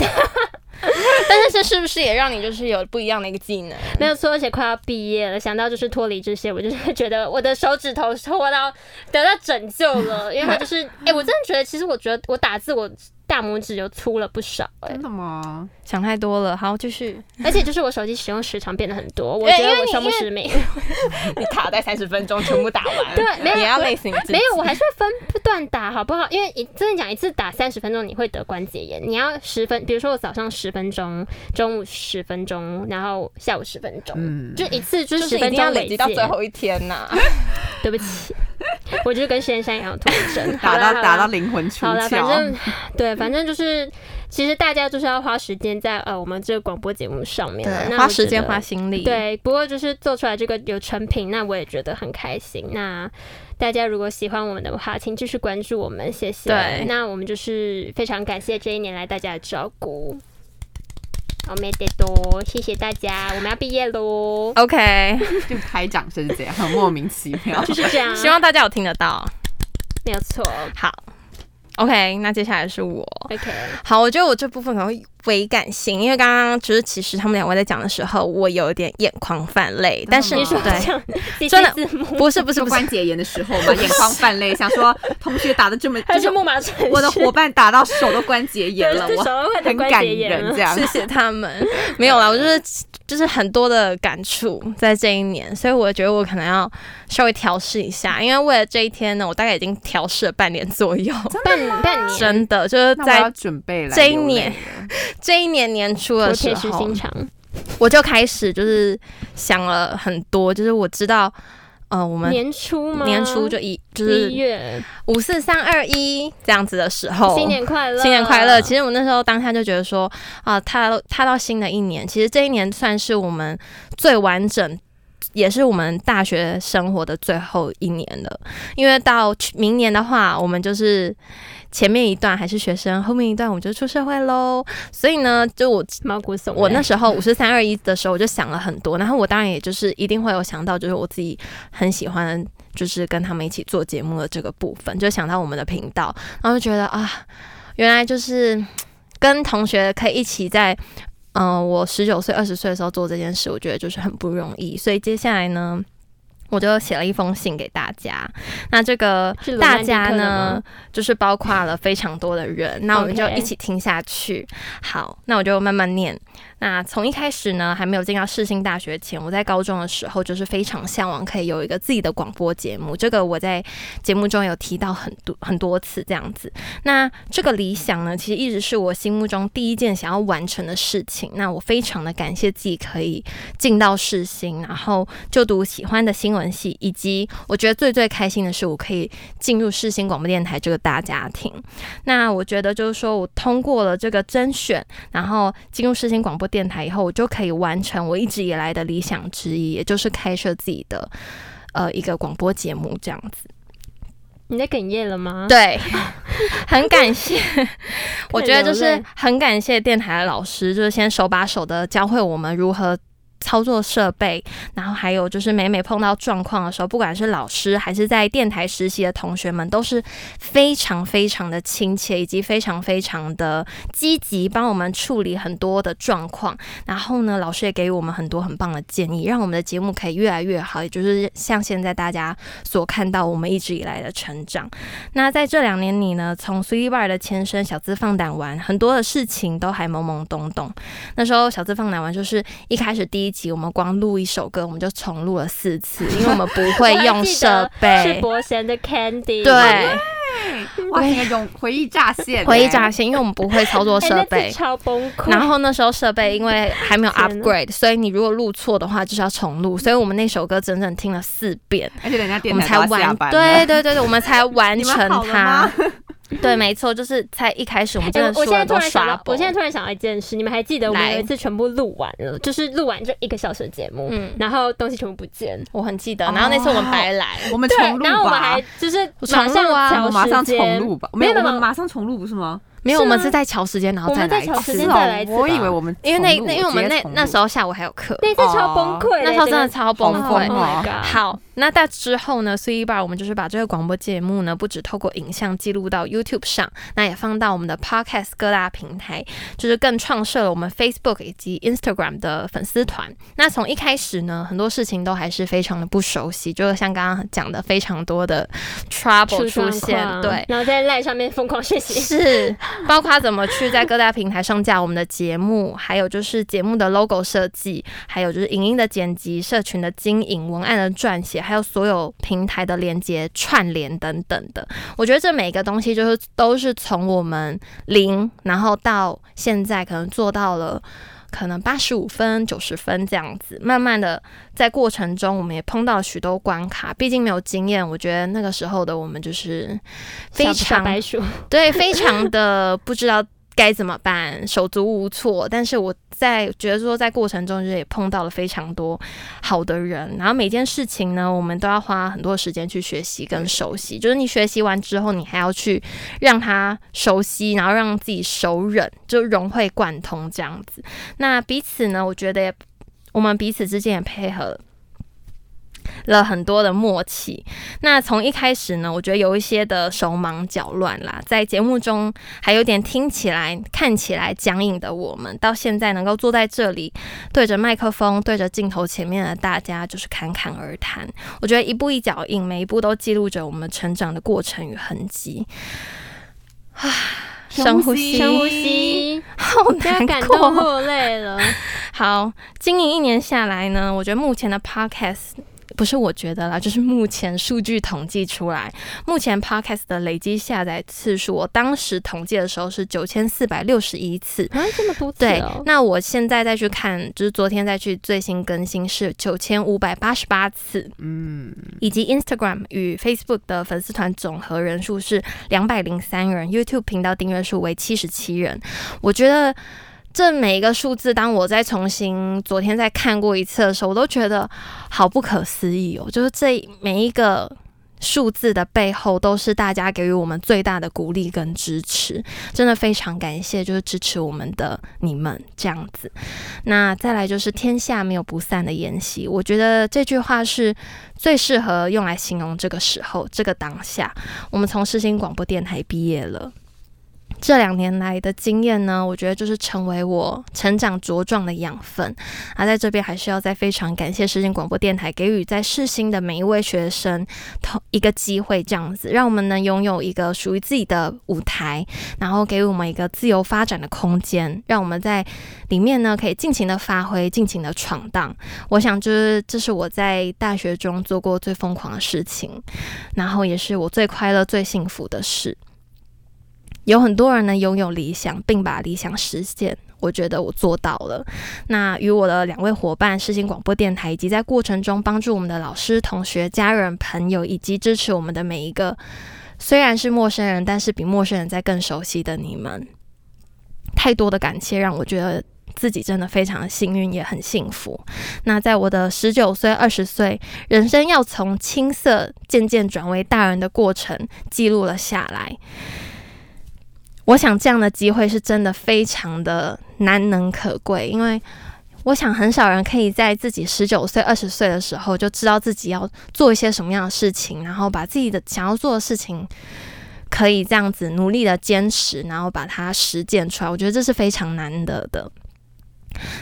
但是这是不是也让你就是有不一样的一个技能？
没有错，而且快要毕业了，想到就是脱离这些，我就是觉得我的手指头拖到得到拯救了，因为它 [LAUGHS] 就是，哎、我真的觉得，其实我觉得我打字我大拇指就粗了不少、哎
真，的吗？
想太多了，好，继续。
而且就是我手机使用时长变得很多，我
对
觉
因为
得我
你
生不
因为
识名，
你卡在三十分钟全部打完，
[LAUGHS] 对没有
你要累死你自己。
没有，我还是会分段打，好不好？因为一真的讲一次打三十分钟，你会得关节炎。你要十分，比如说我早上十分钟，中午十分钟，然后下午十分钟，
嗯
就一次就
就是是
十
一定
分
要
钟
累
累
积
计
到最。后一天呐、
[LAUGHS] 对不起，我就是跟仙山一样拖
[LAUGHS]
针，
打
好啦
到打到。
好啦
灵魂出
好了，
窍。
反正 [LAUGHS] 对，反正就是，其实大家就是要花时间在呃我们这个广播节目上面啊，那
花
我
时
觉
间
得
花心力。，
对，不过就是做出来这个有成品，那我也觉得很开心。那大家如果喜欢我们的话，请继续关注我们，谢谢。
对
那我们就是非常感谢这一年来大家的照顾。好，没得多，谢谢大家，我们要毕业喽，
[LAUGHS] OK，
就开掌声这样，很莫名其妙。
[LAUGHS] 就是这样，
哦希望大家有听得到。
没有错。
好，OK，那接下来是我。
OK，
好，我觉得我这部分可能会微感性，因为刚刚就是其实他们两位在讲的时候，我有一点眼眶泛泪，但是
你说
对，
这样，第
真的
七字幕
不 [LAUGHS] 是不是
就
不是
关，节炎的时
[LAUGHS]
候嘛，眼眶泛泪，想说同学打的这么，
还
就是是
木马城市，
我的伙伴打到手都关节炎了，
[LAUGHS] 对
我
手都快得
很
关
感
节炎
人
了
这样
谢。谢他们。没有啦，我就是就是很多的感触在这一年，所以我觉得我可能要稍微调试一下，因为为了这一天呢，我大概已经调试了半年左 [LAUGHS] 右。
半半年，
真的就是
那我要
在
准备来
这一
流泪
年
了
这一年年初的
我
时
铁石
候
心，肠，
我就开始就是想了很多，就是我知道，呃，我们
年初吗？
年初就一就是
一月，
五四三二一这样子的时候，
新年快乐，
新年快乐！其实我那时候当下就觉得说，啊、踏到踏到新的一年，其实这一年算是我们最完整，也是我们大学生活的最后一年了。因为到去明年的话，我们就是前面一段还是学生，后面一段我们就出社会喽。所以呢，就我
毛骨悚然。
我那时候五十三二一的时候，我就想了很多，然后我当然也就是一定会有想到，就是我自己很喜欢，就是跟他们一起做节目的这个部分，就想到我们的频道，然后就觉得啊，原来就是嗯跟同学可以一起在。嗯、我十九岁、二十岁的时候做这件事，我觉得就是很不容易。所以接下来呢，我就写了一封信给大家。那这个
是罗
大
曼蒂
家
克的
呢
吗，
就是包括了非常多的人，那我们就
OK
一起听下去。好，那我就慢慢念。那从一开始呢，还没有进到世新大学前，我在高中的时候就是非常向往可以有一个自己的广播节目，这个我在节目中有提到很多很多次这样子。那这个理想呢，其实一直是我心目中第一件想要完成的事情。那我非常的感谢自己可以进到世新，然后就读喜欢的新闻系，以及我觉得最最开心的是，我可以进入世新广播电台这个大家庭。那我觉得就是说我通过了这个甄选，然后进入世新广播电台以后，我就可以完成我一直以来的理想之一，也就是开设自己的呃一个广播节目这样子。
你在哽咽了吗？， [LAUGHS]
对，很感谢，我觉得就
流
是
泪
很感谢电台的老师，就是先手把手的教会我们如何。操作设备，然后还有就是每每碰到状况的时候，不管是老师还是在电台实习的同学们，都是非常非常的亲切，以及非常非常的积极，帮我们处理很多的状况。然后呢，老师也给予我们很多很棒的建议，让我们的节目可以越来越好，也就是像现在大家所看到我们一直以来的成长。那在这两年里呢，从 Sweet Bar 的前身小资放胆玩，很多的事情都还懵懵懂懂。那时候小资放胆玩就是一开始第一集，我们光录一首歌，我们就重录了四次，因为我们不会用设
[LAUGHS] 是
备。
伯贤的 Candy。哎
对，
哇，你的永回忆乍现、
回忆乍。现，因为我们不会操作
哎
设备
那次。超崩溃。
然后那时候设备因为还没有
天哪
upgrade，所以你如果录错的话，就是要重录。所以我们那首歌整整听了四遍，
而且人家
我
电
们
台
才
都要下
完。
班
对
了，
对对对，我们才完
你们
成
好啊了
它
吗。
对，没错，就是在一开始我们真
哎
的
我我
说
现在
很
突
多
然想
刷
到，
爆
我现在突然想到一件事，你们还记得我们
来
有一次全部录完了，就是录完就一个小时的节目，
嗯
然后东西全部不见，
我很记得，然后那次我们白来，
我们
对，
重录吧。
然后我们还就是马上
重录啊
[LAUGHS] 我
调
们马上
时
重
间，
录吧，
没有
有，我
没有
们马上重录不是吗？
没有，
是
我们
吗
是在瞧时间，然后
我
再
们在
来一
瞧
次。
时
是
间
哦
再来一次吧
我以为我们重录
因为那那因为我们
直接
那
重录
那时候下午还有课，
那次超崩
哦
溃的，
那时候真的超崩
好疯
溃
哦。
Oh my god！
好，那在之后呢，C 一 bar 我们就是把这个广播节目呢，不只透过影像记录到 YouTube 上，那也放到我们的 Podcast 各大平台，就是更创设了我们 Facebook 以及 Instagram 的粉丝团。那从一开始呢，很多事情都还是非常的不熟悉，就是像刚刚讲的，非常多的 trouble 出
状
现，
况
对，
然后在赖上面疯狂学习，
是， [LAUGHS] 包括怎么去在各大平台上架我们的节目，还有就是节目的 logo 设计，还有就是影音的剪辑、社群的经营、文案的撰写，还有所有平台的连接串联等等的。我觉得这每个东西就是都是从我们零，然后到现在可能做到了。可能八十五分、九十分这样子，慢慢的在过程中，我们也碰到了许多关卡。毕竟没有经验，我觉得那个时候的我们就是非
小小
常
白
[LAUGHS]
鼠，
对，非常的不知道该怎么办，手足无措。但是我在觉得说，在过程中就是也碰到了非常多好的人，然后每件事情呢，我们都要花很多时间去学习跟熟悉。就是你学习完之后，你还要去让它熟悉，然后让自己熟稔，就融会贯通这样子。那彼此呢，我觉得也我们彼此之间也配合。了很多的默契，那从一开始呢，我觉得有一些的手忙脚乱啦，在节目中还有点听起来、看起来僵硬的我们，到现在能够坐在这里，对着麦克风、对着镜头前面的大家，就是侃侃而谈。我觉得一步一脚印，每一步都记录着我们成长的过程与痕迹。啊，深呼吸，
深呼，吸，
好
不要
难
感
过
动。落泪了。
好，经营一年下来呢，我觉得目前的 podcast 不是我觉得啦，就是目前数据统计出来，目前 podcast 的累积下载次数，我当时统计的时候是九千四百六十一次。
啊，这么多次
对
哦，，
那我现在再去看，就是昨天再去最新更新是九千五百八十八次，
嗯，
以及 Instagram 与 Facebook 的粉丝团总和人数是两百零三人，YouTube 频道订阅数为七十七人。我觉得这每一个数字，当我再重新昨天再看过一次的时候，我都觉得好不可思议哦！就是这每一个。数字的背后都是大家给予我们最大的鼓励跟支持，真的非常感谢，就是支持我们的你们这样子。那再来就是天下没有不散的筵席，我觉得这句话是最适合用来形容这个时候、这个当下。我们从世新广播电台毕业了。这两年来的经验呢，我觉得就是成为我成长茁壮的养分。啊，在这边还是要再非常感谢世新广播电台给予在世新的每一位学生同一个机会，这样子让我们能拥有一个属于自己的舞台，然后给予我们一个自由发展的空间，让我们在里面呢可以尽情的发挥，尽情的闯荡。我想，就是这是我在大学中做过最疯狂的事情，然后也是我最快乐、最幸福的事。有很多人呢拥有理想，并把理想实现。我觉得我做到了。那与我的两位伙伴，世新广播电台，以及在过程中帮助我们的老师、同学、家人、朋友，以及支持我们的每一个，虽然是陌生人，但是比陌生人在更熟悉的你们，太多的感谢让我觉得自己真的非常幸运，也很幸福。那在我的十九岁、二十岁，人生要从青涩渐渐转为大人的过程，记录了下来。我想这样的机会是真的非常的难能可贵，因为我想很少人可以在自己十九岁、二十岁的时候就知道自己要做一些什么样的事情，然后把自己的想要做的事情可以这样子努力的坚持，然后把它实践出来。我觉得这是非常难得的。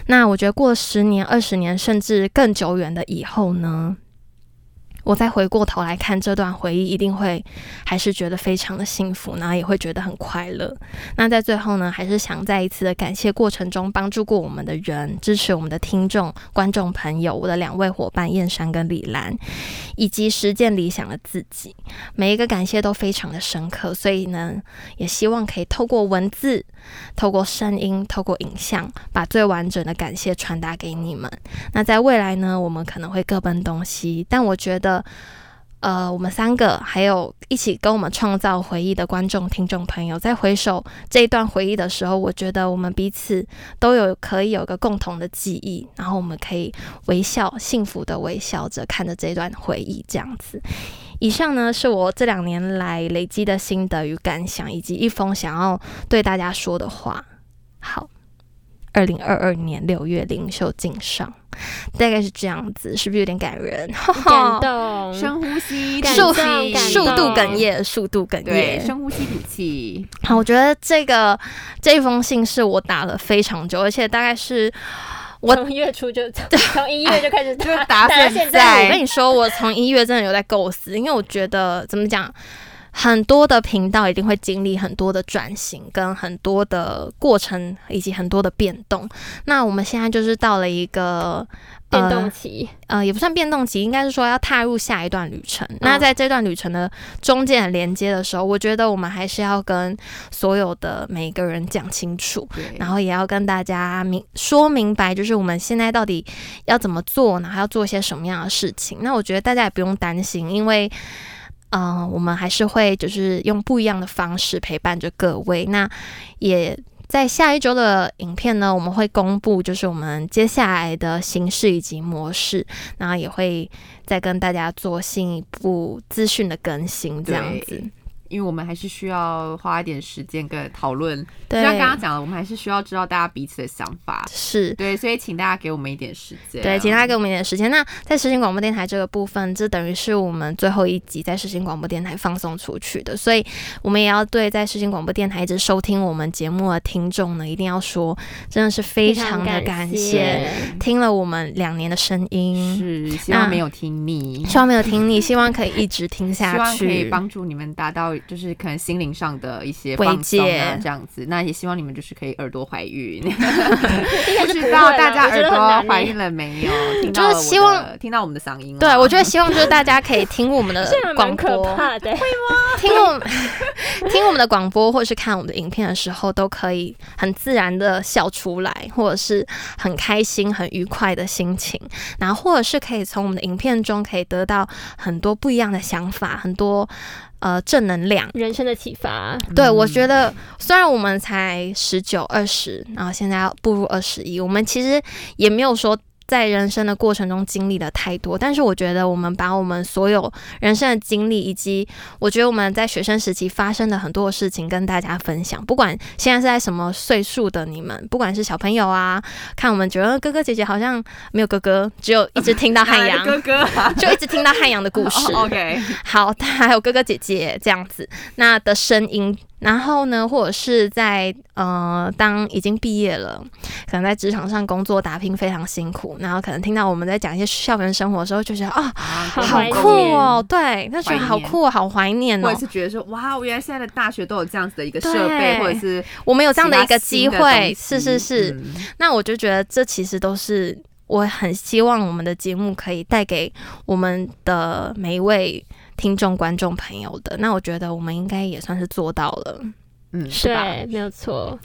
那我觉得过了十年、二十年，甚至更久远的以后呢，我再回过头来看这段回忆，一定会还是觉得非常的幸福，然后也会觉得很快乐。那在最后呢，还是想在一次的感谢过程中，帮助过我们的人、支持我们的听众、观众朋友，我的两位伙伴燕山跟李兰，以及实践理想的自己。每一个感谢都非常的深刻，所以呢，也希望可以透过文字、透过声音、透过影像，把最完整的感谢传达给你们。那在未来呢，我们可能会各奔东西，但我觉得。呃，我们三个还有一起跟我们创造回忆的观众、听众朋友，在回首这一段回忆的时候，我觉得我们彼此都有可以有个共同的记忆，然后我们可以微笑，幸福的微笑着看着这段回忆，这样子。以上呢是我这两年来累积的心得与感想，以及一封想要对大家说的话。好，二零二二年六月灵秀敬上，大概是这样子，是不是有点感人？ [LAUGHS]
感动，
深呼吸，
嗯感
数
受
吐气
感
数度
动
哽咽，数度哽
对，
咽。
深呼吸，吐
[LAUGHS]
气。
好，我觉得这个这封信是我打了非常久，而且大概是我
从月初
[LAUGHS]
就从一月就开始 [LAUGHS]
就
打，
打
打到
现
现
我
在
跟你说，我从一月真的有在构思，因为我觉得怎么讲，很多的频道一定会经历很多的转型，跟很多的过程，以及很多的变动。那我们现在就是到了一个
变动
呃
期，
呃，也不算变动期，应该是说要踏入下一段旅程。那在这段旅程的中间的连接的时候，我觉得我们还是要跟所有的每一个人讲清楚，
对
然后也要跟大家明说明白，就是我们现在到底要怎么做，然后要做些什么样的事情。那我觉得大家也不用担心，因为。嗯、我们还是会就是用不一样的方式陪伴着各位。那也在下一周的影片呢，我们会公布就是我们接下来的形式以及模式，然后也会再跟大家做进一步资讯的更新，这样子。
因为我们还是需要花一点时间跟讨论，就
对，
像刚刚讲的，我们还是需要知道大家彼此的想法。
是
对，所以请大家给我们一点时间。
对，请大家给我们一点时间。那在实行广播电台这个部分，这等于是我们最后一集在实行广播电台放送出去的，所以我们也要对在实行广播电台一直收听我们节目的听众呢，一定要说，真的是非常的感谢，听了我们两年的声音，
是希望
那
没有听
嗯
腻，
希望没有听腻，希望可以一直听
希
下
望可以
去。
帮助你们达到就是可能心灵上的一些
慰
放松啊
藉，
这样子。那也希望你们就是可以耳朵怀 [LAUGHS] 孕，
应该
不
是
知道
会啦
大家
我觉
耳
得很
朵
难
怀
欸
孕了没有？听
就
到
是
了我
希
的
望
听到我们的嗓音了，啊
对，我觉得希望就是大家可以听我们的
这样蛮
广
可
播，
怕的，
听我 [LAUGHS] 听我们的广播，或是看我们的影片的时候，都可以很自然的笑出来，或者是很开心、很愉快的心情，然后或者是可以从我们的影片中可以得到很多不一样的想法，很多呃正能量。
人生的启发，
对，我觉得虽然我们才十九、二十，然后现在要步入二十一，我们其实也没有说在人生的过程中经历了太多，但是我觉得我们把我们所有人生的经历，以及我觉得我们在学生时期发生的很多的事情跟大家分享，不管现在是在什么岁数的你们，不管是小朋友啊，看我们觉得哥哥姐姐好像没有哥哥，只有一直听到汉
哪来的 [LAUGHS]
阳，
哥哥啊
就一直听到汉阳的故事。
哦 [LAUGHS] OK，
好，他还有哥哥姐姐这样子，那的声音，然后呢，或者是在呃，当已经毕业了，可能在职场上工作打拼非常辛苦，然后可能听到我们在讲一些校园生活的时候，就觉得啊、
好
好
好
怀
酷
念
哦，对，那觉得
怀
好
念
酷、哦，好怀念
或
哦
者，是觉得说，哇，我原来现在的大学都有这样子的一个设
对
备，或者是
我们有这样的一个
其
机
他新的东
会，是
西
是是，
嗯
那我就觉得这其实都是我很希望我们的节目可以带给我们的每一位听众、观众朋友的。那我觉得我们应该也算是做到了，
嗯
是吧？
对，没有错，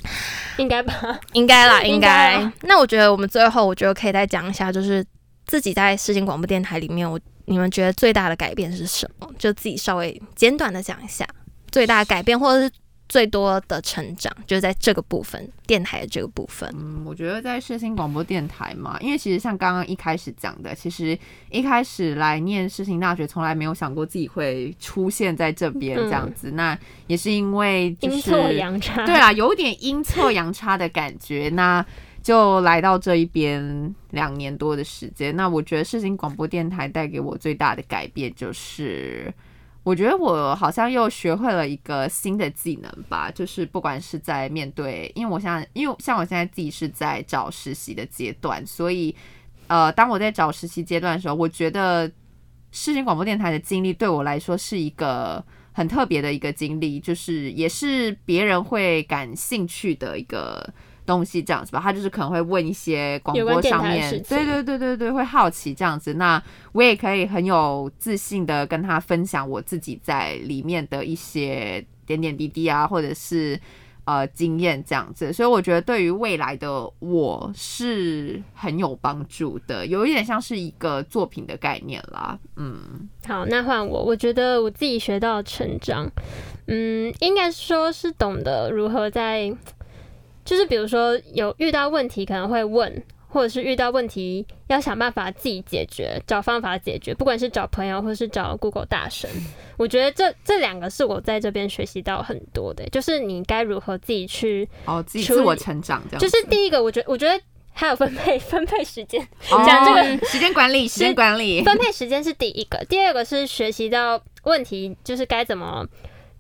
应该吧，
应该啦，嗯应
应该
该
啦。
那我觉得我们最后，我觉得可以再讲一下，就是自己在世新广播电台里面，我你们觉得最大的改变是什么？就自己稍微简短的讲一下最大的改变，或者是最多的成长，就是在这个部分，电台的这个部分。
嗯，我觉得在世新广播电台嘛，因为其实像刚刚一开始讲的，其实一开始来念世新大学，从来没有想过自己会出现在这边
嗯
这样子。那也是因为就
阴
是
错阳 [LAUGHS] 差，
对啦，有点阴错阳差的感觉。那就来到这一边两年多的时间。那我觉得世新广播电台带给我最大的改变就是。我觉得我好像又学会了一个新的技能吧，就是不管是在面对，因为我现在，因为像我现在自己是在找实习的阶段，所以，呃，当我在找实习阶段的时候，我觉得世新广播电台的经历对我来说是一个很特别的一个经历，就是也是别人会感兴趣的一个东西，这样子吧。他就是可能会问一些广
有关
播
电
上
台的
面
事，情
对对对对对，会好奇这样子。那我也可以很有自信的跟他分享我自己在里面的一些点点滴滴啊，或者是呃经验这样子，所以我觉得对于未来的我是很有帮助的，有一点像是一个作品的概念啦。嗯，
好，那换我，我觉得我自己学到成长，嗯，应该说是懂得如何在，就是比如说有遇到问题可能会问，或者是遇到问题要想办法自己解决，找方法解决，不管是找朋友或是找 Google 大神，我觉得这这两个是我在这边学习到很多的，就是你该如何自己去，
哦，自己
处理
自我成长这样
就
子，
是第一个，我觉我觉得还有分配 [LAUGHS] 分配时间，
哦
讲这
[LAUGHS]
时间管理，时间管理。
分配时间是第一个，第二个是学习到问题，就是该怎么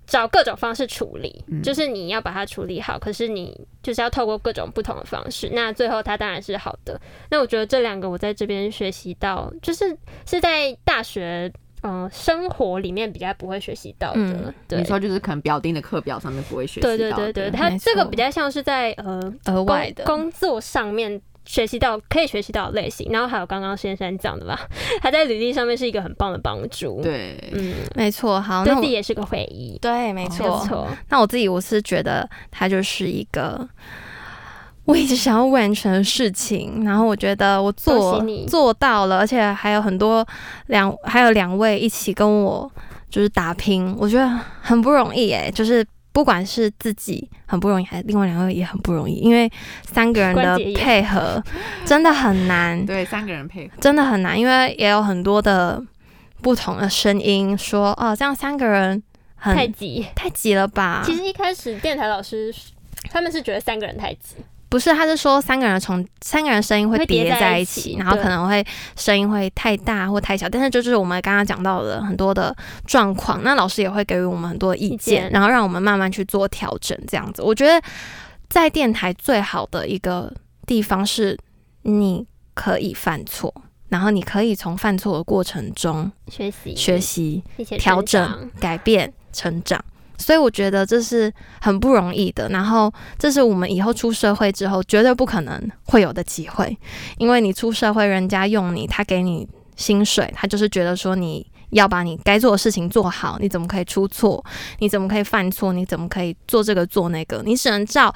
找各种方式处理，
嗯
就是你要把它处理好，可是你就是要透过各种不同的方式，那最后它当然是好的。那我觉得这两个我在这边学习到，就是是在大学。嗯，生活里面比较不会学习到的，
嗯
对
你，说就是可能表定的课表上面不会学习到
对
的，
对对
的
对，它
没
这个
错
比较像是在呃
额
工
外的，
工作上面学习到可以学习到的类型，然后还有刚刚先生讲的吧， [LAUGHS] 他在履历上面是一个很棒的帮助。，
对
嗯，
没错。好，
对
那
自己
我
也是个回忆，
对，没
没
错。
错。
那我自己我是觉得它就是一个 [LAUGHS] 我一直想要完成的事情，然后我觉得我做
恭喜你
做到了，而且还有很多两还有两位一起跟我就是打拼，我觉得很不容易诶、就是。不管是自己很不容易，还是另外两位也很不容易，因为三个人
关
的
节炎
配合 [LAUGHS] 真的很难。
对，三个人配合，
真的很难，因为也有很多的不同的声音说，哦，这样三个人很
太急。
太挤了吧？
其实一开始电台老师他们是觉得三个人太急，
不是，他是说三个人从三个人声音会
会叠
叠
在
在
一
一
起
起，然后
对
可能会声音会太大或太小，但是就是我们刚刚讲到的很多的状况，那老师也会给予我们很多意
意
见，
见
然后让我们慢慢去做调整，这样子。我觉得在电台最好的一个地方是你可以犯错。然后你可以从犯错的过程中
学习
学，习，
并且
调整
成长
改变、成长。所以我觉得这是很不容易的，然后这是我们以后出社会之后绝对不可能会有的机会，因为你出社会，人家用你，他给你薪水，他就是觉得说你要把你该做的事情做好，你怎么可以出错？你怎么可以犯错？你怎么可以做这个做那个？你只能照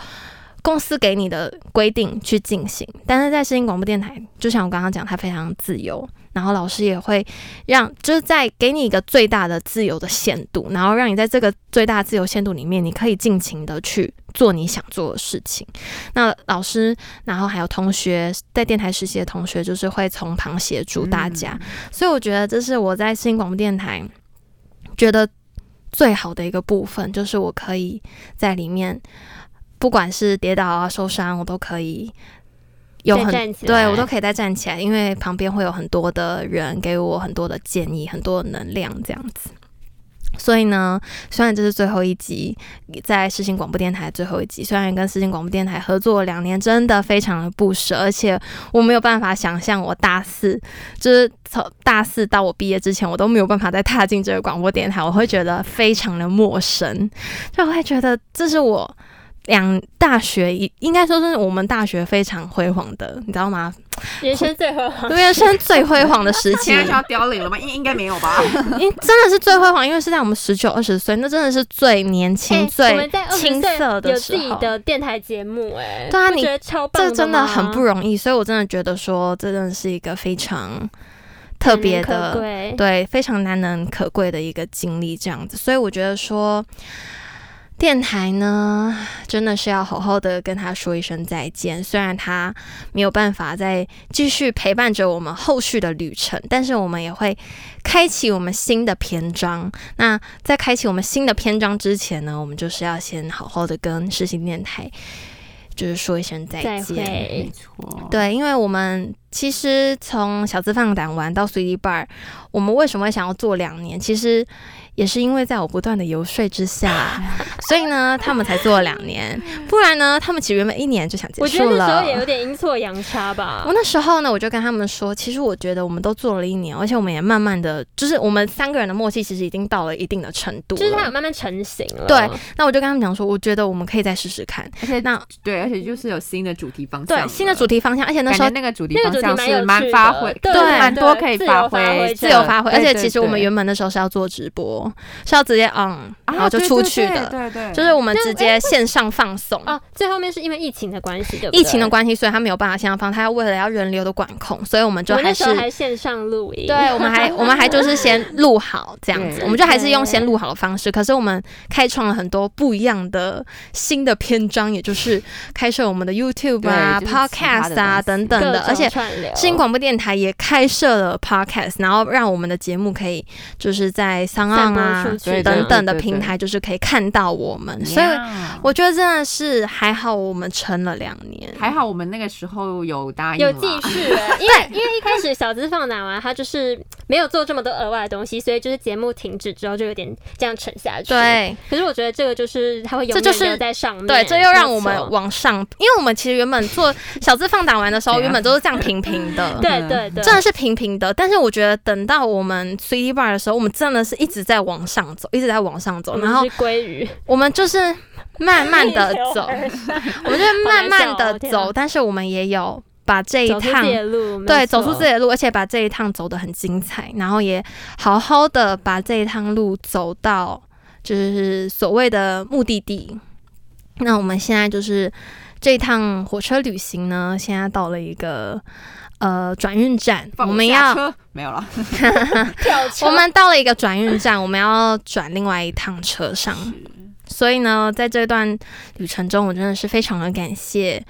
公司给你的规定去进行。但是在声音广播电台，就像我刚刚讲，它非常自由，然后老师也会让就是在给你一个最大的自由的限度，然后让你在这个最大的自由限度里面，你可以尽情的去做你想做的事情。那老师，然后还有同学在电台实习的同学，就是会从旁协助大家。所以我觉得这是我在新广播电台觉得最好的一个部分，就是我可以在里面，不管是跌倒啊、受伤，我都可以有
再
很
站起来
对我都可以再站起来，因为旁边会有很多的人给我很多的建议、很多的能量这样子。所以呢，虽然这是最后一集，在世新广播电台最后一集，虽然跟世新广播电台合作两年，真的非常的不舍，而且我没有办法想象我大四，就是从大四到我毕业之前，我都没有办法再踏进这个广播电台，我会觉得非常的陌生，就会觉得这是我两大学一应该说是我们大学非常辉煌的，你知道吗？
人生最辉 [LAUGHS] 煌。
人生啊最辉煌的时期
[LAUGHS]
[LAUGHS]
现，在是要凋零了吗？应应该没有吧？
因真的是最辉煌，因为是在我们十九二十岁，那真的是最年轻、
[LAUGHS] 哎我
最
们在20
青
岁
涩的
有
时
自己
候。
的电台节目，哎，
对啊
不
你
觉得超棒
这真
的
的
吗
很不容易，所以我真的觉得说，这真的是一个非常特别
难能可
的，
贵。
对，非常难能可贵的一个经历，这样子。所以我觉得说，电台呢，真的是要好好的跟他说一声再见。虽然他没有办法再继续陪伴着我们后续的旅程，但是我们也会开启我们新的篇章。那在开启我们新的篇章之前呢，我们就是要先好好的跟世新电台，就是说一声再
再
见。
会
没。错，
对，因为我们其实从小资放胆玩到随意 bar，我们为什么会想要做两年？其实也是因为在我不断的游说之 [LAUGHS] 下，所以呢，他们才做了两年。不然呢，他们其实原本一年就想结
我觉
束
得那时
了
候。也有点阴错阳差吧
我。那时候呢，我就跟他们说，其实我觉得我们都做了一年，而且我们也慢慢的，就是我们三个人的默契，其实已经到了一定的程度
就是它有
了
慢慢成型了。
对那我就跟他们讲说，我觉得我们可以再试试看。
而且
那
对，而且就是有新的主题方向
对
了，
新的主题方向，而且那
感
时
觉
候
那个主题
那
方
个主题
向
蛮有
是
趣
蛮
的
发挥，
对
蛮多可以
自由
发
发挥
挥，
的
自由发挥，而
对
且
对
其实我们
对
原本那时候是要做直播，是要直接 on，
啊
然后就
对
出
对
去
对
的，
对对，
就是我们直接线上放送。
哦，最后面是因为疫情的关系，对不对？
疫情的关系，所以他没有办法线上放，他要为了要人流的管控，所以我们就
我们那
还
时
是
候还线上录音，
对， [LAUGHS] 我们
[LAUGHS]
还我们还就是先录好这样子，
对
我们就还是用先录好的方式。可是我们开创了很多不一样的新的篇章，也就是开设我们的 YouTube 啊、
对就是其他的
Podcast 啊
东
等
西
等的，
各
而且
种串流
新广播电台也开设了 podcast，然后让我们的节目可以就是在上岸
散播
啊
出去
等等的
对对对对
平台，就是可以看到我们。所以
呀
我觉得真的是还好，我们撑了两年。
还好我们那个时候有答应
有
啦
继续
[LAUGHS]
欸，因为因为一开始小资放哪完，他就是没有做这么多额外的东西，所以就是节目停止之后就有点这样沉下去。，
对
可是我觉得这个就是他会永
这就
远
是
留在上面，
对，这又让我
没错
们往上，因为我们其实原本做小资放打完的
[LAUGHS]
时候，
对啊
原本都是这样平平的，
对对对，
真的是平平的。但是我觉得等到我们 CD bar 的时候，我们真的是一直在往上走，一直在往上走，
我
然
们
后
是鲑鱼，
我们就是慢慢的 [LAUGHS] 走。我们就是慢慢
好
的
难走
走，但是我们也有把这一
走出
趟
自己的路，没
对
错
走出自己的路，而且把这一趟走得很精彩，然后也好好的把这一趟路走到就是所谓的目的地。那我们现在就是这一趟火车旅行呢，现在到了一个呃转运站，我
放
们
下
要
车没有了，[LAUGHS]
跳车
我们到了一个转运站，我们要转另外一趟车上。所以呢，在这段旅程中，我真的是非常的感谢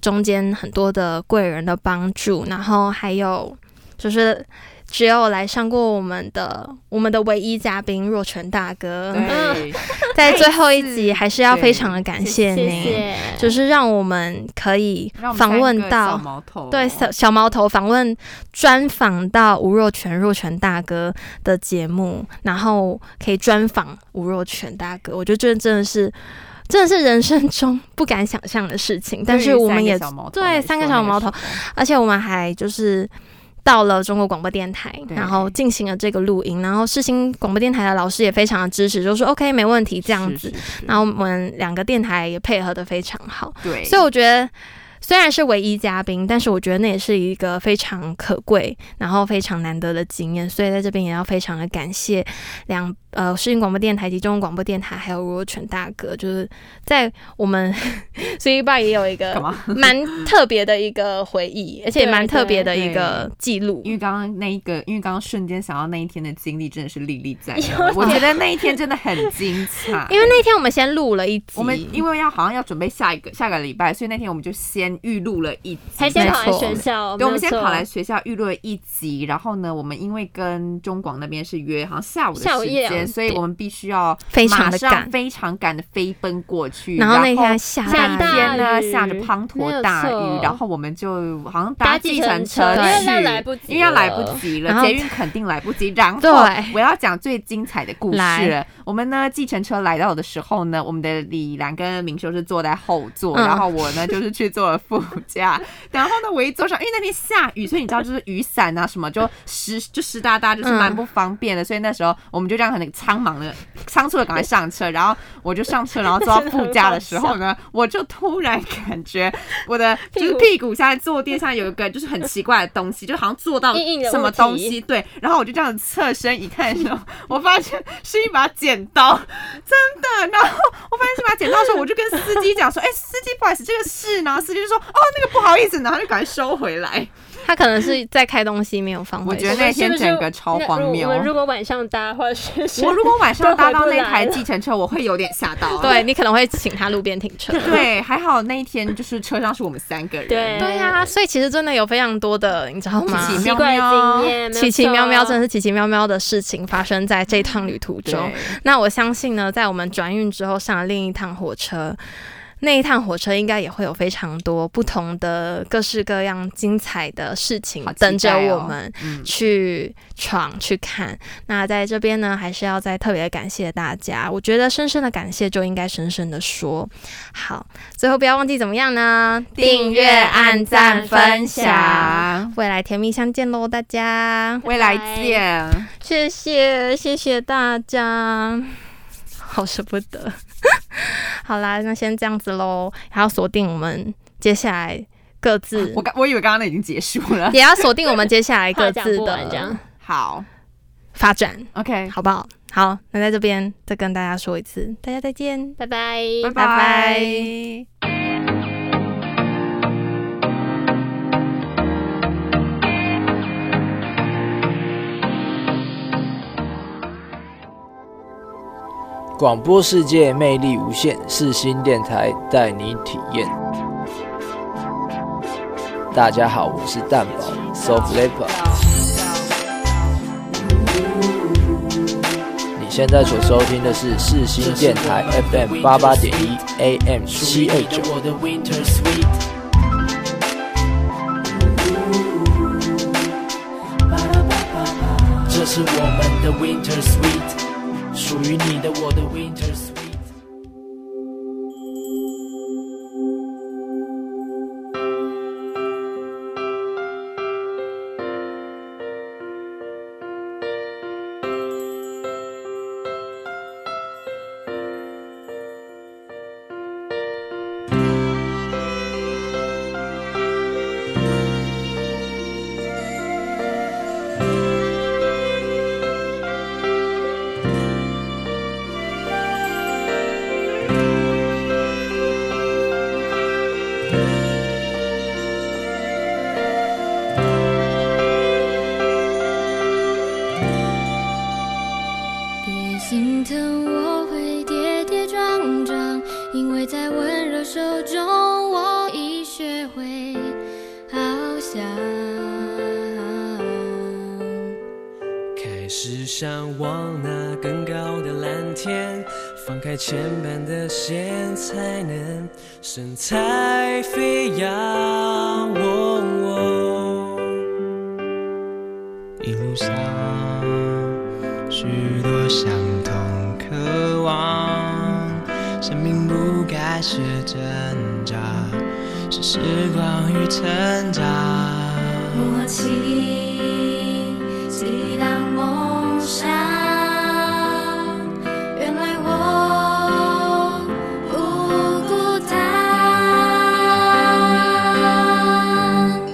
中间很多的贵人的帮助，然后还有就是只有来上过我们的我们的唯一嘉宾若泉大哥，
对，
在最后一集还是要
嗯对
非常的感谢
谢
您，
谢，
就是让我们可以
让我们
访问
三个
到
小毛头哦
对小小毛头访问专访到吴若权若权大哥的节目，然后可以专访吴若权大哥，我觉得这真的是真的是人生中不敢想象的事情。但是我们也
对于三个小毛
对三个小毛
头
头
来说
而且我们还就是到了中国广播电台，
对
然后进行了这个录音，然后世新广播电台的老师也非常的支持，就说 OK 没问题这
那
样
个时候
子。
是是是
然后我们两个电台也配合的非常好，
对，
所以我觉得虽然是唯一嘉宾，但是我觉得那也是一个非常可贵，然后非常难得的经验。所以在这边也要非常的感谢两呃世新广播电台及中文广播电台，还有吴若权大哥，就是在我们 [LAUGHS] 所以吧也有一
干
个
嘛？ [LAUGHS]
蛮特别的一个回忆，而且也蛮特别的一个记录
因。为刚刚那一个，因为刚刚瞬间想到那一天的经历，真的是历历在
有
目。我觉得那一天真的很精彩，
因为那天我们先录了一集，
我们因为要好像要准备下一个下个礼拜，所以那天我们就先预录了一集，
还先跑来
没错
学校，
对，我
没有
们先
错
跑来学校预录了一集，然后呢，我们因为跟中广那边是约好像下午
下午
的时
一两
间，
点
所以我们必须要
非常
马
的
上
赶，
非常赶的飞奔过去。
然
后
后那天还下
那
下
大雨
天呢
大
下着
雨
滂
没
沱
有
大雨
错，
然后我们就好像
搭
计
计程
程
车
因为
去，
那来不及
因为要来不
了
及
然
了，
后
捷运肯定来不及。然
对
后我要讲最精彩的故事
来
了。我们呢，计程车来到的时候呢，我们的李兰跟明修是坐在后座，
嗯
然后我呢就是去坐了副驾。然后呢，我一坐上，因为那天下雨，所以你知道就是雨伞啊什么就湿就湿哒哒，就是蛮
嗯
不方便的。所以那时候我们就这样很苍茫的、仓促的赶快上车，然后我就上车，然后坐到副驾的时
[LAUGHS]
候呢，我就突然感觉我的就是屁股下坐垫上有一个就是很奇怪的东西，就好像坐到
硬硬的
什么
物体
东西，对。然后我就这样侧身一看的时候，我发现是一把剪刀， [LAUGHS] 真的。然后我发现是一把剪刀的时候，我就跟 [LAUGHS] 司机讲说：“哎、司机，不好意思，这个是。”然后司机就说：“哦，那个不好意思。”然后就赶快收回来。
他可能是在开东西没有放
我
回去。
觉得那天整个超荒
那如
谬。哦
我们如果晚上搭， [LAUGHS] 或者是
我如果晚上搭到那
都回不来
台
了
计程车，我会有点吓到。
对你可能会请他路边停车。
对，还好那一天就是车上是我们三个人。
对
对啊，所以其实真的有非常多的，你知道吗？
奇
奇怪的经验，
奇奇妙妙，真的
是
是奇奇妙妙的事情发生在这趟旅途中。
对
那我相信呢，在我们转运之后上了另一趟火车，那一趟火车应该也会有非常多不同的、各式各样精彩的事情
好期待哦
等着我们
嗯，
去闯、去看。那在这边呢，还是要再特别感谢大家，我觉得深深的感谢就应该深深的说。好，最后不要忘记怎么样呢？
订阅、按赞、分享，
未来甜蜜相见喽，大家！
未来见。
谢谢谢谢大家， [LAUGHS] 好舍不得。 [LAUGHS] 好啦，那先这样子喽，还要锁定我们接下来各自，
[LAUGHS] 我刚我以为刚刚那已经结束 [LAUGHS] 了。
也要锁定我们接下来各
[LAUGHS]
自
这样
的。
好
发展，
，OK，
好不好？好，那在这边再跟大家说一次，大家再见。
拜拜，
拜
拜拜
拜。
广播世界魅力无限，四星电台带你体验。大家好，我是蛋宝 Soft Leper。你现在所收听的是四星电台 FM 八八点一 AM 七二九。
我的 Winter Sweet。这是我们的 Winter Sweet，属于你的我的 Winter Sweet。
别心疼，我会跌跌撞撞，因为在温柔手中，我已学会翱翔。
开始向往那更高的蓝天，放开牵绊的线，才能神采飞扬。哦哦一路上，许多相同渴望，生命不该是挣扎，是时光与成长。
默契激荡梦想，原来我不孤单。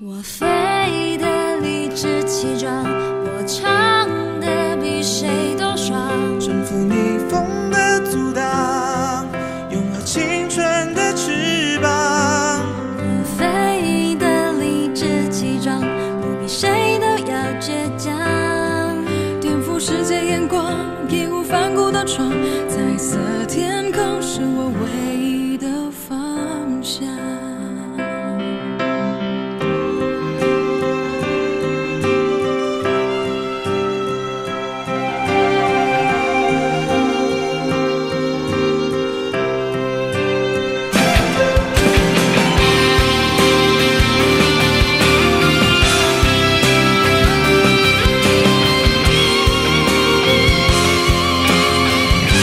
我飞得理直气壮，我唱得比谁都爽。
征服逆风的阻挡，拥有青春的翅膀。
我飞得理直气壮，我比谁都要倔强。
颠覆世界眼光，义无反顾的闯，彩色天空是我唯一的方向。
一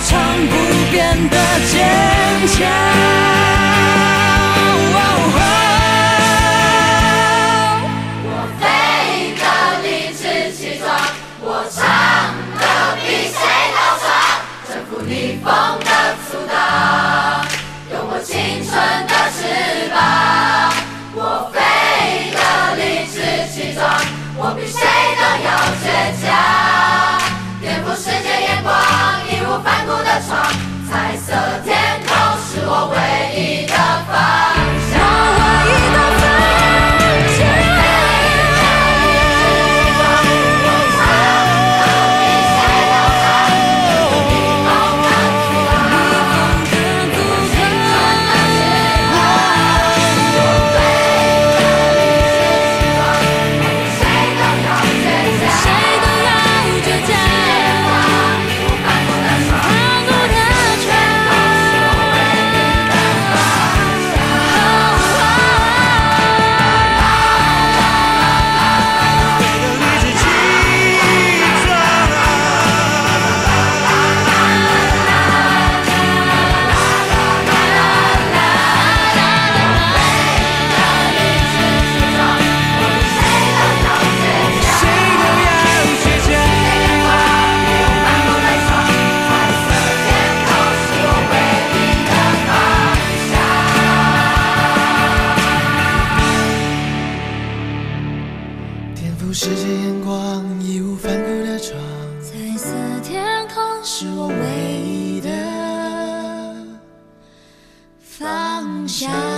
常不变的坚强。哦我唯一的方向，谁都要倔强，抗不的船。
颠覆世界眼光，义无反顾的闯，
彩色天空是我唯一的方向。